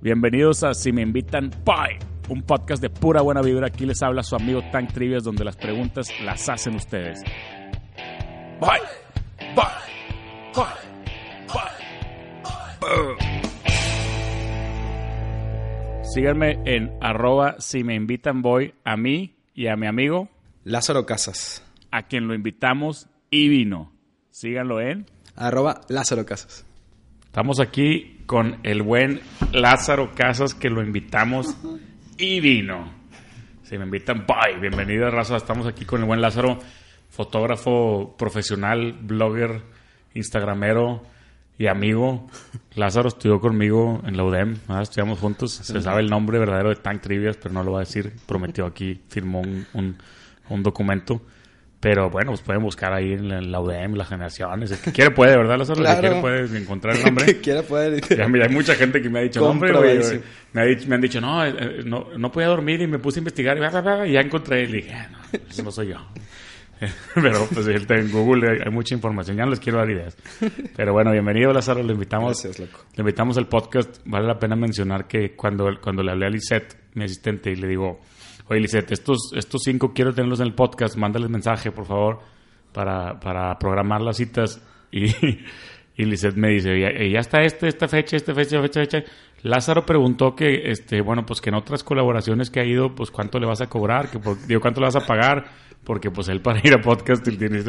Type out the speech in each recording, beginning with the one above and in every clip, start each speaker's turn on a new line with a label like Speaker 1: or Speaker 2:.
Speaker 1: Bienvenidos a Si Me Invitan Pie, un podcast de pura buena vibra. Aquí les habla su amigo Tank Trivias, donde las preguntas las hacen ustedes. Bye, bye, bye, bye. Síganme en arroba si me invitan voy a mí y a mi amigo,
Speaker 2: Lázaro Casas.
Speaker 1: a quien lo invitamos y vino. Síganlo en.
Speaker 2: Arroba Lázaro Casas.
Speaker 1: Estamos aquí con el buen Lázaro Casas que lo invitamos y vino. Si me invitan, bye. Bienvenida, raza. Estamos aquí con el buen Lázaro, fotógrafo profesional, blogger, instagramero y amigo. Lázaro estudió conmigo en la UDEM. ¿verdad? Estudiamos juntos. Se sabe el nombre verdadero de Tank Trivias, pero no lo va a decir. Prometió aquí, firmó un, un- un documento. Pero bueno, pues pueden buscar ahí en la, en la UDEM, las generaciones. El que quiere puede, ¿verdad, Lázaro? El
Speaker 2: Claro.
Speaker 1: que quiere puede encontrar el nombre.
Speaker 2: Que quiera poder.
Speaker 1: Ya, mira, hay mucha gente que me ha dicho, no, hombre, güey,
Speaker 2: Comprobadísimo.
Speaker 1: me, ha dicho- me han dicho, no, eh, eh, no, no podía dormir y me puse a investigar y, bla, bla, bla, y ya encontré. Y dije, "Ah, no, eso no soy yo. Pero pues ahorita en Google hay, hay mucha información, ya no les quiero dar ideas. Pero bueno, bienvenido Lázaro, lo invitamos.
Speaker 2: Gracias, loco.
Speaker 1: Le invitamos al podcast. Vale la pena mencionar que cuando, cuando le hablé a Lisette, mi asistente, y le digo, oye Lisette, estos, estos cinco quiero tenerlos en el podcast, mándales mensaje, por favor, para, para programar las citas. Y, y Lisette me dice, ya, eh, ya está este, esta fecha, esta fecha, fecha, fecha. Lázaro preguntó que, este, bueno, pues que en otras colaboraciones que ha ido, pues cuánto le vas a cobrar, que por- digo, cuánto le vas a pagar, porque pues él para ir a podcast, él tiene,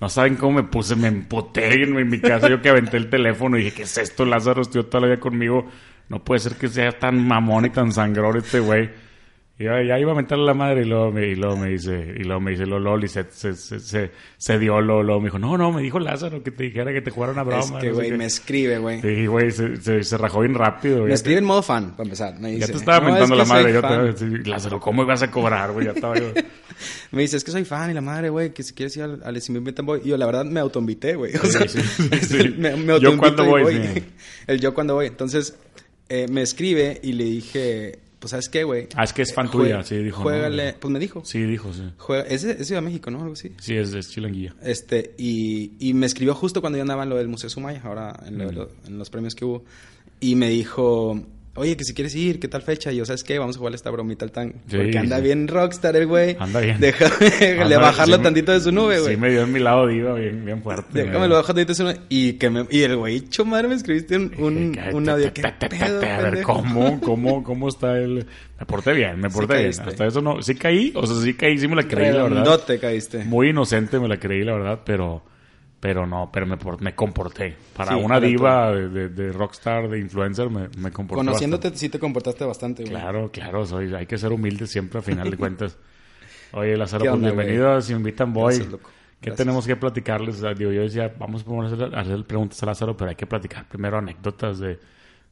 Speaker 1: no saben cómo me puse, me empoté en, en mi casa, yo que aventé el teléfono y dije, ¿qué es esto? Lázaro estuvo toda la vida conmigo, no puede ser que sea tan mamón y tan sangrón este güey. Y yo, ya iba a mentarle la madre y luego me, y luego me dice, y luego me dice, lo, lo, y se, se, se, se- se dio, lo, lo, me dijo, no, no, me dijo Lázaro que te dijera que te jugara una broma.
Speaker 2: Es que,
Speaker 1: no sé
Speaker 2: güey,
Speaker 1: qué.
Speaker 2: me escribe, güey.
Speaker 1: Sí, güey, se, se, se rajó bien rápido.
Speaker 2: Me
Speaker 1: güey.
Speaker 2: escribe en modo fan, para empezar. Me
Speaker 1: Ya
Speaker 2: dice,
Speaker 1: te estaba
Speaker 2: "No,
Speaker 1: mentando
Speaker 2: es
Speaker 1: la
Speaker 2: que soy
Speaker 1: madre. Yo te
Speaker 2: fan".
Speaker 1: sí, Lázaro, ¿cómo ibas a cobrar, güey? Ya estaba yo.
Speaker 2: Me dice, es que soy fan y la madre, güey, que si quieres ir al, al Si Me Invitan Voy. Y yo, la verdad, me autoinvité, güey. O
Speaker 1: Sí,
Speaker 2: sea,
Speaker 1: sí, sí, sí.
Speaker 2: Me, me
Speaker 1: Yo
Speaker 2: autoinvito
Speaker 1: cuando
Speaker 2: y
Speaker 1: voy, sí.
Speaker 2: El yo cuando voy. Entonces, eh, me escribe y le dije, pues, ¿sabes qué, güey?
Speaker 1: Ah, es que es fan
Speaker 2: Eh,
Speaker 1: tuya,
Speaker 2: jue-
Speaker 1: sí, dijo, ¿no?
Speaker 2: Juégale. Pues me dijo.
Speaker 1: Sí, dijo, sí.
Speaker 2: Juega, es, de- es de Ciudad de México, ¿no? Algo así.
Speaker 1: Sí, es, es chilanguilla.
Speaker 2: Este, y, y me escribió justo cuando yo andaba en lo del Museo Sumaya, ahora en, lo de
Speaker 1: Mm.
Speaker 2: lo- en los premios que hubo. Y me dijo, oye, que si quieres ir, ¿qué tal fecha? Y yo, ¿sabes qué? Vamos a jugar esta bromita al tan.
Speaker 1: Sí,
Speaker 2: Porque anda
Speaker 1: sí.
Speaker 2: bien rockstar el güey.
Speaker 1: Anda bien.
Speaker 2: Déjame
Speaker 1: Anda,
Speaker 2: bajarlo
Speaker 1: Ah, sí me-
Speaker 2: tantito de su nube, güey.
Speaker 1: Sí, me dio en mi lado diva bien, bien fuerte.
Speaker 2: Déjame lo bajo tantito de su nube. Y, que me, y el güey, "Cho madre, me escribiste un, un,
Speaker 1: Dije,
Speaker 2: un
Speaker 1: ta,
Speaker 2: audio.
Speaker 1: ta,
Speaker 2: ¿Qué
Speaker 1: ta, ta, ta,
Speaker 2: pedo,
Speaker 1: ta, A ver,
Speaker 2: pendejo?
Speaker 1: ¿cómo, cómo, cómo está el...? Me porté bien, me porté bien.
Speaker 2: caíste.
Speaker 1: Hasta eso no... Sí caí, o sea, sí caí, sí me la creí, la verdad.
Speaker 2: Redondote caíste.
Speaker 1: Muy inocente me la creí, la verdad, pero... Pero no, pero me, por- me comporté. Para
Speaker 2: Sí,
Speaker 1: una
Speaker 2: para
Speaker 1: diva de, de- de rockstar, de influencer, me, me comporté bastante.
Speaker 2: Conociéndote, sí te comportaste bastante, güey.
Speaker 1: Claro, claro, soy, hay que ser humilde siempre a final de cuentas. Oye, Lázaro,
Speaker 2: ¿Qué
Speaker 1: pues
Speaker 2: onda,
Speaker 1: bienvenido a Si Me Invitan Boy.
Speaker 2: Gracias, loco.
Speaker 1: ¿Qué
Speaker 2: Gracias.
Speaker 1: tenemos que platicarles? O sea, digo, yo decía, vamos a poner- a hacer preguntas a Lázaro, pero hay que platicar primero anécdotas de,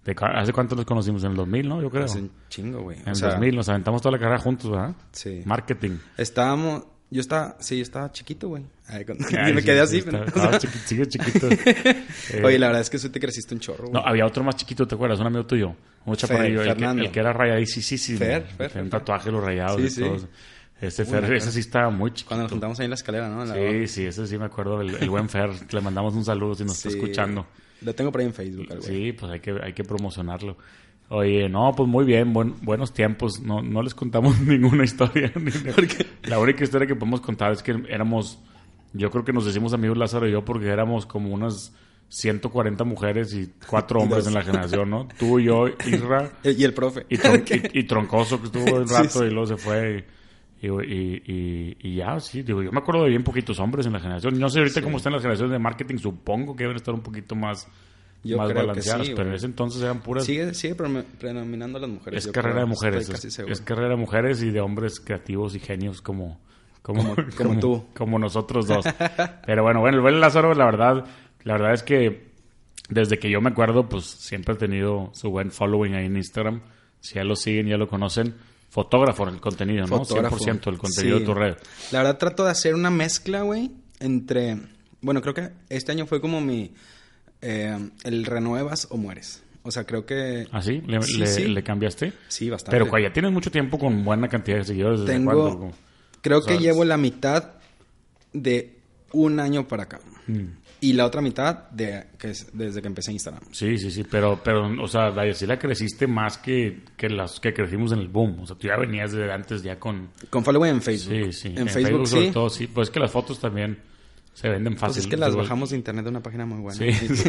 Speaker 1: de cu- ¿Hace cuánto nos conocimos? En el 2000, ¿no? Yo creo.
Speaker 2: Es
Speaker 1: en
Speaker 2: un chingo, güey.
Speaker 1: el 2000, nos aventamos toda la carrera juntos, ¿verdad?
Speaker 2: Sí.
Speaker 1: Marketing.
Speaker 2: Estábamos. Yo estaba. Sí, yo estaba chiquito, güey. Ay, con-
Speaker 1: Ay,
Speaker 2: y me
Speaker 1: sí,
Speaker 2: quedé
Speaker 1: sí,
Speaker 2: así.
Speaker 1: está-
Speaker 2: ¿no?
Speaker 1: estaba
Speaker 2: O sea,
Speaker 1: chiqui- sigue chiquito. Eh,
Speaker 2: Oye, la verdad es que tú te creciste un chorro, güey.
Speaker 1: No, había otro más chiquito, ¿te acuerdas? Un amigo tuyo. Un chaparrillo. el, que,
Speaker 2: Fernando.
Speaker 1: el que era rayado. Sí, sí, sí.
Speaker 2: Fer,
Speaker 1: ¿no?
Speaker 2: Fer,
Speaker 1: Tenía Un
Speaker 2: Fer.
Speaker 1: tatuaje, los rayados
Speaker 2: Sí,
Speaker 1: y
Speaker 2: sí.
Speaker 1: todo. Ese
Speaker 2: me
Speaker 1: Fer,
Speaker 2: acuerdo.
Speaker 1: ese sí estaba muy chiquito.
Speaker 2: Cuando nos juntamos ahí en la escalera, ¿no? En la-
Speaker 1: Sí, sí, ese sí me acuerdo. El, el buen Fer. Le mandamos un saludo si nos
Speaker 2: Sí.
Speaker 1: está escuchando.
Speaker 2: Lo tengo por ahí en Facebook, al güey.
Speaker 1: Sí, pues hay que, hay que promocionarlo. Oye, no, pues muy bien, buen- buenos tiempos. No, no les contamos ninguna historia. ni- La única historia que podemos contar es que éramos, yo creo que nos decimos amigos Lázaro y yo porque éramos como unas 140 mujeres y cuatro hombres en la generación, ¿no? Tú, yo, Isra
Speaker 2: Eh, Y el profe.
Speaker 1: y, tron- y- y Troncoso que estuvo un
Speaker 2: Sí,
Speaker 1: rato
Speaker 2: sí.
Speaker 1: y luego se fue. Y, y- y- y ya, sí, digo, yo me acuerdo de bien poquitos hombres en la generación. No sé ahorita cómo están las generaciones de marketing, supongo que deben estar un poquito más,
Speaker 2: Yo
Speaker 1: más
Speaker 2: creo que
Speaker 1: balanceadas,
Speaker 2: sí,
Speaker 1: pero en
Speaker 2: güey.
Speaker 1: ese entonces eran puras.
Speaker 2: Sigue, sigue prome- predominando a las mujeres.
Speaker 1: es
Speaker 2: yo
Speaker 1: carrera
Speaker 2: creo.
Speaker 1: de mujeres,
Speaker 2: Estoy
Speaker 1: es,
Speaker 2: casi seguro.
Speaker 1: es carrera de mujeres y de hombres creativos y genios como, como,
Speaker 2: Como- como tú.
Speaker 1: como nosotros dos. pero bueno, bueno, el buen Lázaro, la verdad, la verdad es que desde que yo me acuerdo, pues siempre ha tenido su buen following ahí en Instagram. Si ya lo siguen, ya lo conocen. Fotógrafo en el contenido, ¿no?
Speaker 2: Fotógrafo.
Speaker 1: 100% el contenido
Speaker 2: Sí.
Speaker 1: de tu red.
Speaker 2: La verdad trato de hacer una mezcla, güey, entre... Bueno, creo que este año fue como mi... eh, el renuevas o mueres. O sea, creo que...
Speaker 1: ¿Así? ¿Ah, ¿Le,
Speaker 2: Sí,
Speaker 1: le-
Speaker 2: sí.
Speaker 1: le cambiaste?
Speaker 2: Sí, bastante.
Speaker 1: Pero güey, ya tienes mucho tiempo con buena cantidad de seguidores. ¿Desde
Speaker 2: Tengo...
Speaker 1: cuándo? Como-
Speaker 2: Creo
Speaker 1: o sea,
Speaker 2: que llevo la mitad de un año para acá.
Speaker 1: Mm.
Speaker 2: Y la otra mitad de, que es desde que empecé Instagram.
Speaker 1: Sí, sí, sí, pero, pero o sea, vaya, sí la creciste más que, que las que crecimos en el boom. O sea, tú ya venías desde antes ya con...
Speaker 2: Con following en
Speaker 1: Sí,
Speaker 2: Facebook.
Speaker 1: sí.
Speaker 2: En, Facebook,
Speaker 1: sobre
Speaker 2: sí.
Speaker 1: todo, sí. Pues es que las fotos también se venden
Speaker 2: Pues
Speaker 1: fácil.
Speaker 2: es que las
Speaker 1: Digo,
Speaker 2: bajamos de internet de una página muy buena.
Speaker 1: Sí, sí.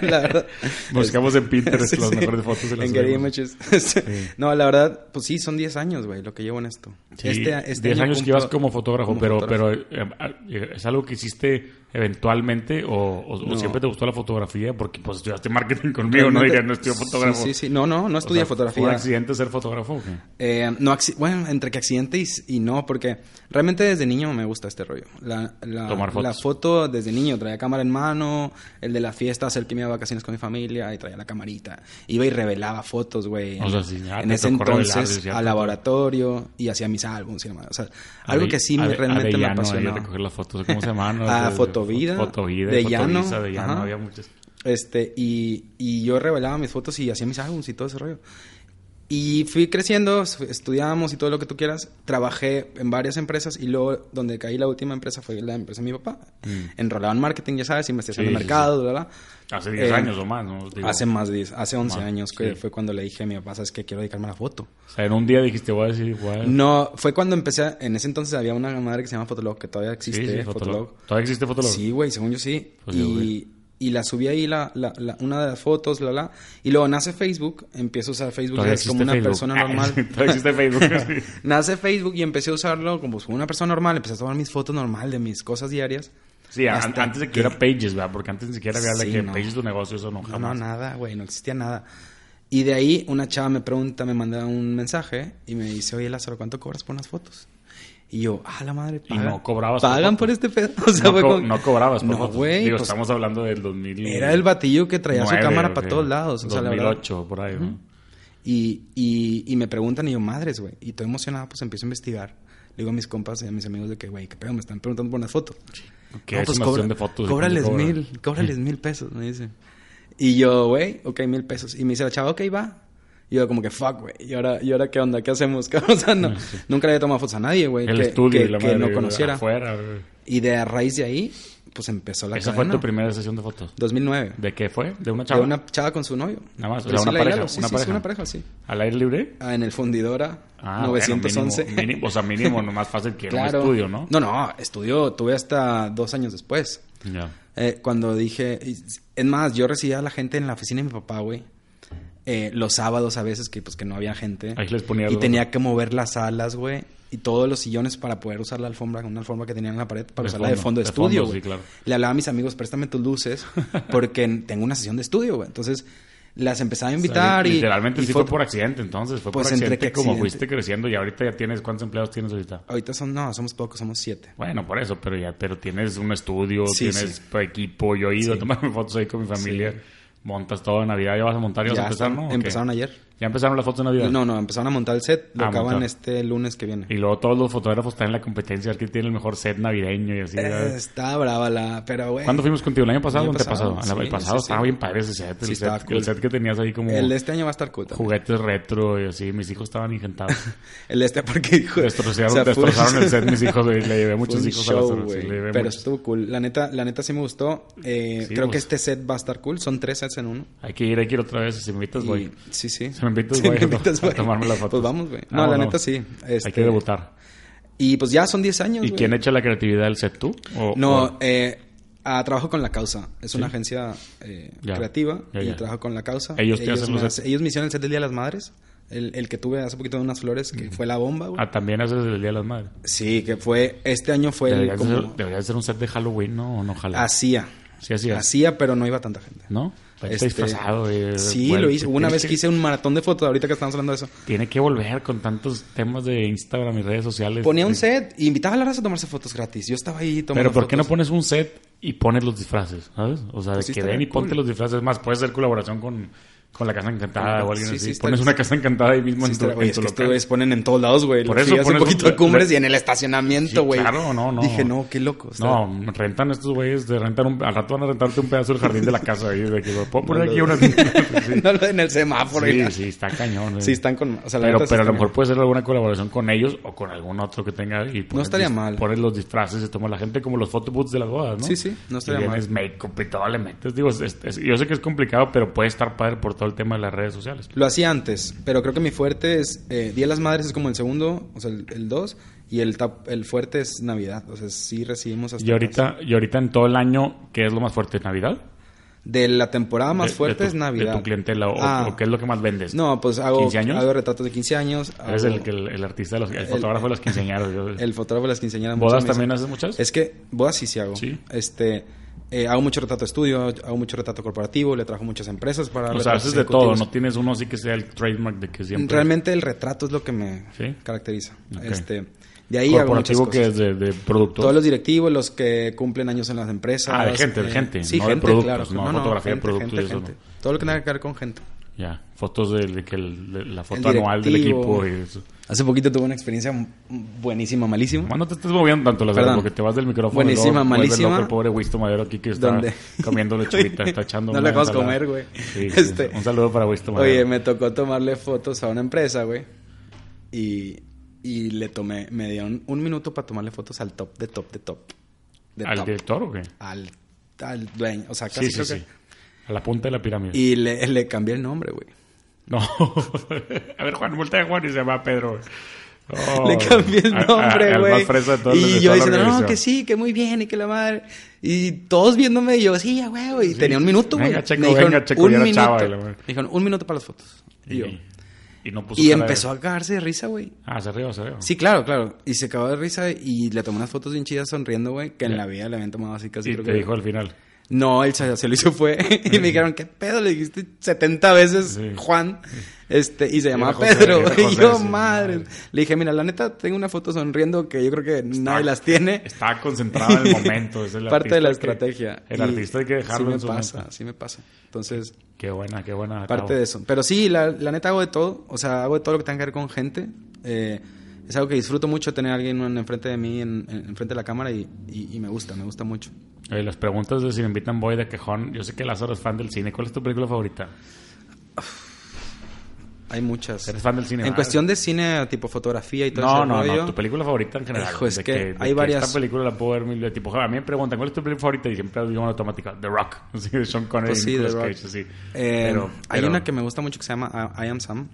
Speaker 2: la verdad.
Speaker 1: Buscamos en Pinterest
Speaker 2: Sí,
Speaker 1: las
Speaker 2: sí.
Speaker 1: mejores fotos de las
Speaker 2: En Getty
Speaker 1: subimos.
Speaker 2: Images. No, la verdad, pues sí, son 10 años, güey, lo que llevo en esto.
Speaker 1: Sí,
Speaker 2: este, este
Speaker 1: 10
Speaker 2: año
Speaker 1: años que
Speaker 2: cumplo-
Speaker 1: ibas como fotógrafo,
Speaker 2: como
Speaker 1: pero,
Speaker 2: fotógrafo.
Speaker 1: pero eh, eh, ¿es algo que hiciste eventualmente o, o- o
Speaker 2: No.
Speaker 1: siempre te gustó la fotografía? Porque pues estudiaste marketing conmigo, ¿no?
Speaker 2: Realmente-
Speaker 1: Dirías, no estudié fotógrafo.
Speaker 2: Sí, sí, sí. No, no, no
Speaker 1: O
Speaker 2: estudié
Speaker 1: sea,
Speaker 2: fotografía.
Speaker 1: ¿Fue un accidente ser fotógrafo? o qué?
Speaker 2: Eh, no, acci- bueno, entre que accidente y, s- y no, porque realmente desde niño me gusta este rollo. La, la-
Speaker 1: Tomar fotos.
Speaker 2: la foto desde niño, traía cámara en mano, el de las fiestas, el que me iba a vacaciones con mi familia y traía la camarita. Iba y revelaba fotos, güey.
Speaker 1: O
Speaker 2: en-
Speaker 1: sea, sí, ya
Speaker 2: en
Speaker 1: te
Speaker 2: ese
Speaker 1: tocó revelar,
Speaker 2: entonces,
Speaker 1: decía,
Speaker 2: al laboratorio y hacía mis álbumes y demás. O sea, algo
Speaker 1: Ade-
Speaker 2: que sí me-
Speaker 1: Ade-
Speaker 2: realmente me
Speaker 1: Adellano, ahí
Speaker 2: apasionaba.
Speaker 1: de coger las fotos, ¿cómo se llama? no?
Speaker 2: Ah,
Speaker 1: De- de-
Speaker 2: Fotovida,
Speaker 1: Fotovida.
Speaker 2: de
Speaker 1: y Fotovisa,
Speaker 2: Llano,
Speaker 1: de Llano,
Speaker 2: ajá.
Speaker 1: había muchas.
Speaker 2: Este, y, y yo revelaba mis fotos y hacía mis álbumes y todo ese rollo. Y fui creciendo, s- estudiábamos y todo lo que tú quieras. Trabajé en varias empresas y luego donde caí la última empresa fue la empresa de mi papá. Enrolado en marketing, ya sabes, investigación
Speaker 1: Mm. Sí,
Speaker 2: de
Speaker 1: sí,
Speaker 2: mercado, bla, bla.
Speaker 1: Hace 10
Speaker 2: Eh,
Speaker 1: años o más, ¿no? Digo,
Speaker 2: hace más de 10, hace 11
Speaker 1: más,
Speaker 2: años que
Speaker 1: sí.
Speaker 2: fue cuando le dije a mi papá, sabes que quiero dedicarme a la foto.
Speaker 1: O sea, en un día dijiste, voy a decir, voy a-
Speaker 2: No, fue cuando empecé, a- en ese entonces había una madre que se llama Fotolog, que todavía
Speaker 1: Sí,
Speaker 2: existe,
Speaker 1: sí,
Speaker 2: Fotolog.
Speaker 1: Fotolog. ¿Todavía existe Fotolog?
Speaker 2: Sí, güey, según yo sí.
Speaker 1: Pues yo, güey.
Speaker 2: y, y la subí ahí, la, la- la- una de las fotos, la, la. Y luego nace Facebook, empiezo a usar Facebook
Speaker 1: Todavía
Speaker 2: ya es como
Speaker 1: existe
Speaker 2: una
Speaker 1: Facebook.
Speaker 2: persona
Speaker 1: Ah,
Speaker 2: normal.
Speaker 1: sí, Todavía existe Facebook. sí.
Speaker 2: nace Facebook y empecé a usarlo como una persona normal. Empecé a tomar mis fotos normal de mis cosas diarias.
Speaker 1: Sí, an-
Speaker 2: Hasta
Speaker 1: antes de que
Speaker 2: que-
Speaker 1: hubiera Pages, ¿verdad? Porque antes ni siquiera había la
Speaker 2: Sí,
Speaker 1: que
Speaker 2: no.
Speaker 1: Pages tu negocio, eso no
Speaker 2: No, no,
Speaker 1: jamás.
Speaker 2: nada, güey, no existía nada. Y de ahí una chava me pregunta, me manda un mensaje y me dice, oye, Lázaro, ¿cuánto cobras por unas fotos? Y yo, ah, la madre,
Speaker 1: Y
Speaker 2: paga-
Speaker 1: no cobrabas por
Speaker 2: ¿Pagan
Speaker 1: foto.
Speaker 2: por, este pedo? O sea,
Speaker 1: no,
Speaker 2: fue
Speaker 1: co-
Speaker 2: como-
Speaker 1: no cobrabas, por
Speaker 2: No,
Speaker 1: fotos.
Speaker 2: güey,
Speaker 1: Digo,
Speaker 2: pues,
Speaker 1: estamos hablando del 2000.
Speaker 2: Era el batillo que traía su cámara para todos lados. O sea, la verdad.
Speaker 1: 2008, por ahí, ¿no?
Speaker 2: Y, y, y me preguntan y yo, madres, güey. Y estoy emocionado, pues empiezo a investigar. Le digo a mis compas y a mis amigos de que, güey, qué pedo, me están preguntando por una foto.
Speaker 1: Que
Speaker 2: No,
Speaker 1: es
Speaker 2: pues
Speaker 1: una
Speaker 2: cobra-
Speaker 1: sesión de fotos. ¿y
Speaker 2: Cóbrales
Speaker 1: cuánto cobra?
Speaker 2: mil, cóbrales mil pesos, me dice. Y yo, güey, ok, mil pesos. Y me dice la chava, ok, va. Y yo como que, fuck, güey. ¿Y ahora, ¿Y ahora qué onda? ¿Qué hacemos? o sea, no- nunca le había tomado fotos a nadie, güey.
Speaker 1: El
Speaker 2: que,
Speaker 1: estudio
Speaker 2: que-
Speaker 1: y la
Speaker 2: que
Speaker 1: madre
Speaker 2: no conociera.
Speaker 1: Afuera, güey.
Speaker 2: Y de a raíz de ahí, pues empezó la
Speaker 1: Esa fue
Speaker 2: cadena.
Speaker 1: tu primera sesión de fotos.
Speaker 2: 2009.
Speaker 1: ¿De qué fue? ¿De una
Speaker 2: De
Speaker 1: chava?
Speaker 2: una chava con su novio.
Speaker 1: Nada más, o sea,
Speaker 2: Priscila
Speaker 1: una pareja,
Speaker 2: Hidalgo, sí,
Speaker 1: una
Speaker 2: sí,
Speaker 1: pareja.
Speaker 2: sí, una pareja, sí.
Speaker 1: ¿Al aire libre?
Speaker 2: Ah, en el fundidora
Speaker 1: Ah,
Speaker 2: 911.
Speaker 1: Bueno, mínimo, mínimo- o sea, mínimo, no más fácil que un estudio, ¿no?
Speaker 2: No, no, estudio tuve hasta dos años después.
Speaker 1: Ya.
Speaker 2: Eh, cuando dije, es más, yo recibía a la gente en la oficina de mi papá, güey. eh, los sábados a veces que pues que no había gente.
Speaker 1: Ahí les ponía
Speaker 2: Y
Speaker 1: los-
Speaker 2: tenía que mover las alas, güey. Y todos los sillones para poder usar la alfombra, una alfombra que tenían en la pared, para
Speaker 1: De
Speaker 2: usarla de
Speaker 1: fondo,
Speaker 2: fondo de,
Speaker 1: de
Speaker 2: estudio,
Speaker 1: fondo, sí,
Speaker 2: güey.
Speaker 1: claro.
Speaker 2: Le hablaba a mis amigos, préstame tus luces, porque tengo una sesión de estudio, güey. Entonces, las empezaba a invitar
Speaker 1: O sea,
Speaker 2: y...
Speaker 1: Literalmente
Speaker 2: y
Speaker 1: sí fue por accidente, entonces. Fue
Speaker 2: Pues,
Speaker 1: por
Speaker 2: entre
Speaker 1: accidente
Speaker 2: que
Speaker 1: como
Speaker 2: accidente.
Speaker 1: fuiste creciendo y ahorita ya tienes... ¿Cuántos empleados tienes ahorita?
Speaker 2: Ahorita son, no, somos pocos, somos siete.
Speaker 1: Bueno, por eso, pero ya pero tienes un estudio,
Speaker 2: Sí,
Speaker 1: tienes tu equipo, yo he ido a tomarme fotos ahí con mi familia, montas todo de Navidad, ya vas a montar, ya vas a
Speaker 2: Ya
Speaker 1: empezar,
Speaker 2: están-
Speaker 1: ¿no? ¿O qué?
Speaker 2: empezaron ayer.
Speaker 1: Ya empezaron las fotos de Navidad.
Speaker 2: No, no, empezaron a montar el set, lo
Speaker 1: Ah,
Speaker 2: acaban
Speaker 1: montar.
Speaker 2: este lunes que viene.
Speaker 1: Y luego todos los fotógrafos están en la competencia, a ver quién tiene el mejor set navideño y así.
Speaker 2: Eh,
Speaker 1: ¿verdad?
Speaker 2: está brava la, pero güey.
Speaker 1: ¿Cuándo fuimos contigo? ¿El año pasado o
Speaker 2: año
Speaker 1: antepasado?
Speaker 2: pasado,
Speaker 1: El- el
Speaker 2: sí,
Speaker 1: pasado
Speaker 2: sí, sí.
Speaker 1: estaba bien padre ese set, el,
Speaker 2: Sí, estaba
Speaker 1: set
Speaker 2: cool.
Speaker 1: el set que tenías ahí como
Speaker 2: El de este año va a estar cool. también.
Speaker 1: juguetes retro y así, mis hijos estaban ingentados.
Speaker 2: El de este porque hijo,
Speaker 1: Destrozaron,
Speaker 2: o sea, fue-
Speaker 1: destrozaron el set mis hijos, y le llevé
Speaker 2: fue
Speaker 1: muchos
Speaker 2: un
Speaker 1: hijos
Speaker 2: show,
Speaker 1: a la
Speaker 2: güey,
Speaker 1: sí, le llevé
Speaker 2: pero
Speaker 1: muchos.
Speaker 2: estuvo cool. La neta, la neta sí me gustó. Eh,
Speaker 1: Sí,
Speaker 2: creo
Speaker 1: pues.
Speaker 2: que este set va a estar cool. Son tres sets en uno.
Speaker 1: Hay que ir, hay que ir otra vez, si me invitas
Speaker 2: Y-
Speaker 1: Pues voy.
Speaker 2: sí, sí.
Speaker 1: Si me invitas,
Speaker 2: Si
Speaker 1: voy
Speaker 2: me
Speaker 1: a-
Speaker 2: invitas,
Speaker 1: a
Speaker 2: güey.
Speaker 1: tomarme las fotos.
Speaker 2: Pues vamos, güey. No,
Speaker 1: Vamos,
Speaker 2: la
Speaker 1: vamos.
Speaker 2: neta sí.
Speaker 1: Hay
Speaker 2: este,
Speaker 1: que debutar.
Speaker 2: Y pues ya son 10 años,
Speaker 1: ¿Y
Speaker 2: güey.
Speaker 1: quién echa la creatividad del set? ¿Tú? ¿O-
Speaker 2: No,
Speaker 1: o-
Speaker 2: eh, ah, trabajo con La Causa. Es una agencia eh,
Speaker 1: Ya.
Speaker 2: creativa
Speaker 1: Ya,
Speaker 2: y
Speaker 1: ya.
Speaker 2: trabajo con La Causa.
Speaker 1: Ellos te hacen
Speaker 2: me
Speaker 1: los-
Speaker 2: hace- ellos me hicieron el set del Día de las Madres. El, el que tuve hace poquito de unas flores, que fue la bomba, güey.
Speaker 1: Ah, también haces el Día de las Madres.
Speaker 2: Sí, que fue... Este año fue el...
Speaker 1: Debería
Speaker 2: Como,
Speaker 1: ser, debería ser un set de Halloween, ¿no? ¿O no Halloween?
Speaker 2: Hacía.
Speaker 1: sí, así es.
Speaker 2: Hacía, pero no iba tanta gente.
Speaker 1: ¿No? Está
Speaker 2: Este,
Speaker 1: disfrazado. eh,
Speaker 2: sí,
Speaker 1: Pues güey,
Speaker 2: lo hice.
Speaker 1: pues
Speaker 2: Una
Speaker 1: tiene
Speaker 2: vez que hice un maratón de fotos, ahorita que estamos hablando de eso.
Speaker 1: Tiene que volver con tantos temas de Instagram y redes sociales.
Speaker 2: Ponía un
Speaker 1: Sí.
Speaker 2: set y invitaba a la raza a tomarse fotos gratis. Yo estaba ahí tomando
Speaker 1: Pero ¿por qué no
Speaker 2: fotos.
Speaker 1: pones un set y pones los disfraces? ¿Sabes? O sea, de
Speaker 2: Pues sí
Speaker 1: que
Speaker 2: estaría
Speaker 1: ven y
Speaker 2: cool.
Speaker 1: ponte los disfraces. Es más, puede ser colaboración con Con la casa encantada
Speaker 2: Ah,
Speaker 1: o alguien
Speaker 2: sí, sí,
Speaker 1: así.
Speaker 2: está-
Speaker 1: Pones una casa encantada ahí mismo
Speaker 2: Sí,
Speaker 1: en tu,
Speaker 2: está- oye,
Speaker 1: en
Speaker 2: es
Speaker 1: tu
Speaker 2: que estos
Speaker 1: local.
Speaker 2: güeyes ponen en todos lados, güey.
Speaker 1: Por
Speaker 2: Por
Speaker 1: eso
Speaker 2: eso hace
Speaker 1: pones
Speaker 2: poquito
Speaker 1: un-
Speaker 2: a Cumbres
Speaker 1: la-
Speaker 2: y en el estacionamiento,
Speaker 1: Sí,
Speaker 2: güey.
Speaker 1: claro, no, no.
Speaker 2: Dije, no, qué loco. o sea,
Speaker 1: No, rentan estos güeyes, de rentar un- al rato van a rentarte un pedazo del jardín de la casa. Y de que, güey, ¿Puedo poner
Speaker 2: No,
Speaker 1: aquí
Speaker 2: no.
Speaker 1: una... sí.
Speaker 2: no lo en el semáforo. y
Speaker 1: Sí,
Speaker 2: nada.
Speaker 1: sí, está cañón. güey.
Speaker 2: Sí, están con... O sea, la
Speaker 1: pero
Speaker 2: neta sí
Speaker 1: pero a lo
Speaker 2: están-
Speaker 1: mejor puede ser alguna colaboración con ellos o con algún otro que tenga. Y pones
Speaker 2: estaría
Speaker 1: dis-
Speaker 2: mal.
Speaker 1: Pones los disfraces y toma la gente como los photobooths de las bodas, ¿no?
Speaker 2: Sí, sí, no estaría
Speaker 1: y tienes
Speaker 2: mal.
Speaker 1: make-up y todo le metes. Digo, es- es- yo sé que es complicado, pero puede estar padre por todo el tema de las redes sociales.
Speaker 2: Lo hacía antes, pero creo que mi fuerte es... Eh, Día de las Madres es como el segundo, o sea, el el dos. Y el, tap- el fuerte es Navidad. O sea, sí recibimos hasta...
Speaker 1: Y ahorita, y ahorita en todo el año, ¿qué es lo más fuerte? ¿Navidad?
Speaker 2: De la temporada más
Speaker 1: De- de
Speaker 2: fuerte
Speaker 1: tu-
Speaker 2: es Navidad.
Speaker 1: De tu clientela o,
Speaker 2: Ah.
Speaker 1: o qué es lo que más vendes.
Speaker 2: No, pues hago,
Speaker 1: 15 años.
Speaker 2: hago retratos de 15 años.
Speaker 1: Eres
Speaker 2: hago-
Speaker 1: el, que- el, el artista, de los, el,
Speaker 2: el-
Speaker 1: fotógrafo de los quinceañeros. yo-
Speaker 2: el fotógrafo de las quinceañeras.
Speaker 1: ¿Bodas
Speaker 2: mucho me
Speaker 1: también
Speaker 2: dicen-
Speaker 1: haces muchas?
Speaker 2: Es que bodas sí, sí hago.
Speaker 1: Sí.
Speaker 2: Este, eh, hago mucho retrato de estudio, hago mucho retrato corporativo, le trajo muchas empresas para...
Speaker 1: o sea,
Speaker 2: retratos
Speaker 1: haces de todo.
Speaker 2: ejecutivos.
Speaker 1: No tienes uno así que sea el trademark de que siempre...
Speaker 2: Realmente el retrato es lo que me
Speaker 1: Sí.
Speaker 2: caracteriza.
Speaker 1: Ok.
Speaker 2: Este, de ahí hago muchas
Speaker 1: corporativo
Speaker 2: cosas.
Speaker 1: que es de, de productos.
Speaker 2: Todos los directivos, los que cumplen años en las empresas.
Speaker 1: Ah, de gente, de gente,
Speaker 2: Sí,
Speaker 1: no de
Speaker 2: gente,
Speaker 1: productos,
Speaker 2: claro.
Speaker 1: no, fotografía de productos y eso no.
Speaker 2: Todo lo que tenga que ver con gente.
Speaker 1: Ya, fotos de, de que el- de la foto
Speaker 2: El
Speaker 1: anual del
Speaker 2: directivo.
Speaker 1: equipo y eso.
Speaker 2: Hace poquito tuve una experiencia buenísima, malísima.
Speaker 1: Bueno, no te estés moviendo tanto las
Speaker 2: Perdón.
Speaker 1: porque te vas del micrófono.
Speaker 2: Buenísima,
Speaker 1: y luego vuelve
Speaker 2: malísima.
Speaker 1: loco el pobre Wisto Madero aquí que está
Speaker 2: ¿Dónde?
Speaker 1: comiendo lechuguita, está echando.
Speaker 2: No
Speaker 1: una
Speaker 2: la acabas de
Speaker 1: ensalada.
Speaker 2: comer, güey.
Speaker 1: Sí, sí.
Speaker 2: Este-
Speaker 1: Un saludo para Wisto Madero.
Speaker 2: Oye, me tocó tomarle fotos a una empresa, güey. Y, y le tomé, me dieron un minuto para tomarle fotos al top de top de top. De
Speaker 1: ¿Al
Speaker 2: top.
Speaker 1: director o qué?
Speaker 2: Al, al dueño. O sea,
Speaker 1: Sí,
Speaker 2: casi
Speaker 1: sí,
Speaker 2: creo
Speaker 1: sí.
Speaker 2: que.
Speaker 1: A la punta de la pirámide.
Speaker 2: Y le, le cambié el nombre, güey.
Speaker 1: No. a ver, Juan, voltea a Juan y se llama Pedro. Oh.
Speaker 2: le cambié el
Speaker 1: A- a-
Speaker 2: nombre,
Speaker 1: al
Speaker 2: güey.
Speaker 1: más fresa de todos los- de
Speaker 2: Y yo
Speaker 1: toda la
Speaker 2: diciendo, no,
Speaker 1: organización.
Speaker 2: que sí, que muy bien y que la madre. Y todos viéndome, y yo, sí, a huevo. Y tenía un minuto, güey.
Speaker 1: Venga, Checo,
Speaker 2: Me dijeron,
Speaker 1: venga, Checo,
Speaker 2: un
Speaker 1: ya era
Speaker 2: minuto.
Speaker 1: chava, y la madre.
Speaker 2: Me dijeron, un minuto para las fotos. Y, yo.
Speaker 1: Y, y no puso
Speaker 2: Y
Speaker 1: cara de-
Speaker 2: empezó a cagarse de risa, güey.
Speaker 1: Ah, se rió, se rió.
Speaker 2: Sí, claro, claro. Y se acabó de risa y le tomó unas fotos bien chidas sonriendo, güey, que en
Speaker 1: Ya.
Speaker 2: la vida le habían tomado así casi.
Speaker 1: Y
Speaker 2: creo
Speaker 1: te
Speaker 2: que-
Speaker 1: dijo al final.
Speaker 2: No, él se, se lo hizo fue. y me dijeron, ¿qué pedo? Le dijiste 70 veces
Speaker 1: Sí.
Speaker 2: Juan. Este, y se
Speaker 1: Era
Speaker 2: llamaba
Speaker 1: José,
Speaker 2: Pedro.
Speaker 1: era José,
Speaker 2: y yo,
Speaker 1: sí,
Speaker 2: madre.
Speaker 1: madre.
Speaker 2: Le dije, mira, la neta, tengo una foto sonriendo que yo creo que nadie las tiene.
Speaker 1: Está concentrado en el momento. Es el
Speaker 2: Parte de la
Speaker 1: artista que-
Speaker 2: estrategia.
Speaker 1: el
Speaker 2: Y
Speaker 1: artista hay que dejarlo
Speaker 2: sí
Speaker 1: en su
Speaker 2: me pasa,
Speaker 1: mente.
Speaker 2: sí me pasa. Entonces,
Speaker 1: Qué buena, qué buena.
Speaker 2: parte de eso. Pero sí, la, la neta hago de todo. O sea, hago de todo lo que tenga que ver con gente. Eh, es algo que disfruto mucho tener a alguien en- enfrente de mí, en- en- enfrente de la cámara y, y- y me gusta, me gusta mucho.
Speaker 1: Oye, las preguntas de si me invitan voy de quejón. Yo sé que Lázaro es fan del cine. ¿Cuál es tu película favorita?
Speaker 2: Hay muchas.
Speaker 1: Eres fan del cine.
Speaker 2: en
Speaker 1: ¿verdad?
Speaker 2: cuestión de cine, tipo fotografía y todo
Speaker 1: No,
Speaker 2: ese
Speaker 1: no,
Speaker 2: rollo,
Speaker 1: no. Tu película favorita en general.
Speaker 2: Hijo, es
Speaker 1: de
Speaker 2: que
Speaker 1: de
Speaker 2: hay varias-
Speaker 1: Esta película la puedo ver mil veces. Tipo, a mí me preguntan, ¿cuál es tu película favorita? Y siempre digo en automática, The Rock. Así de Sean Connery.
Speaker 2: Pues
Speaker 1: y
Speaker 2: sí,
Speaker 1: Nicolas
Speaker 2: The Rock.
Speaker 1: Cage, así.
Speaker 2: Eh,
Speaker 1: Pero-
Speaker 2: hay
Speaker 1: pero-
Speaker 2: una que me gusta mucho que se llama I, I Am Sam.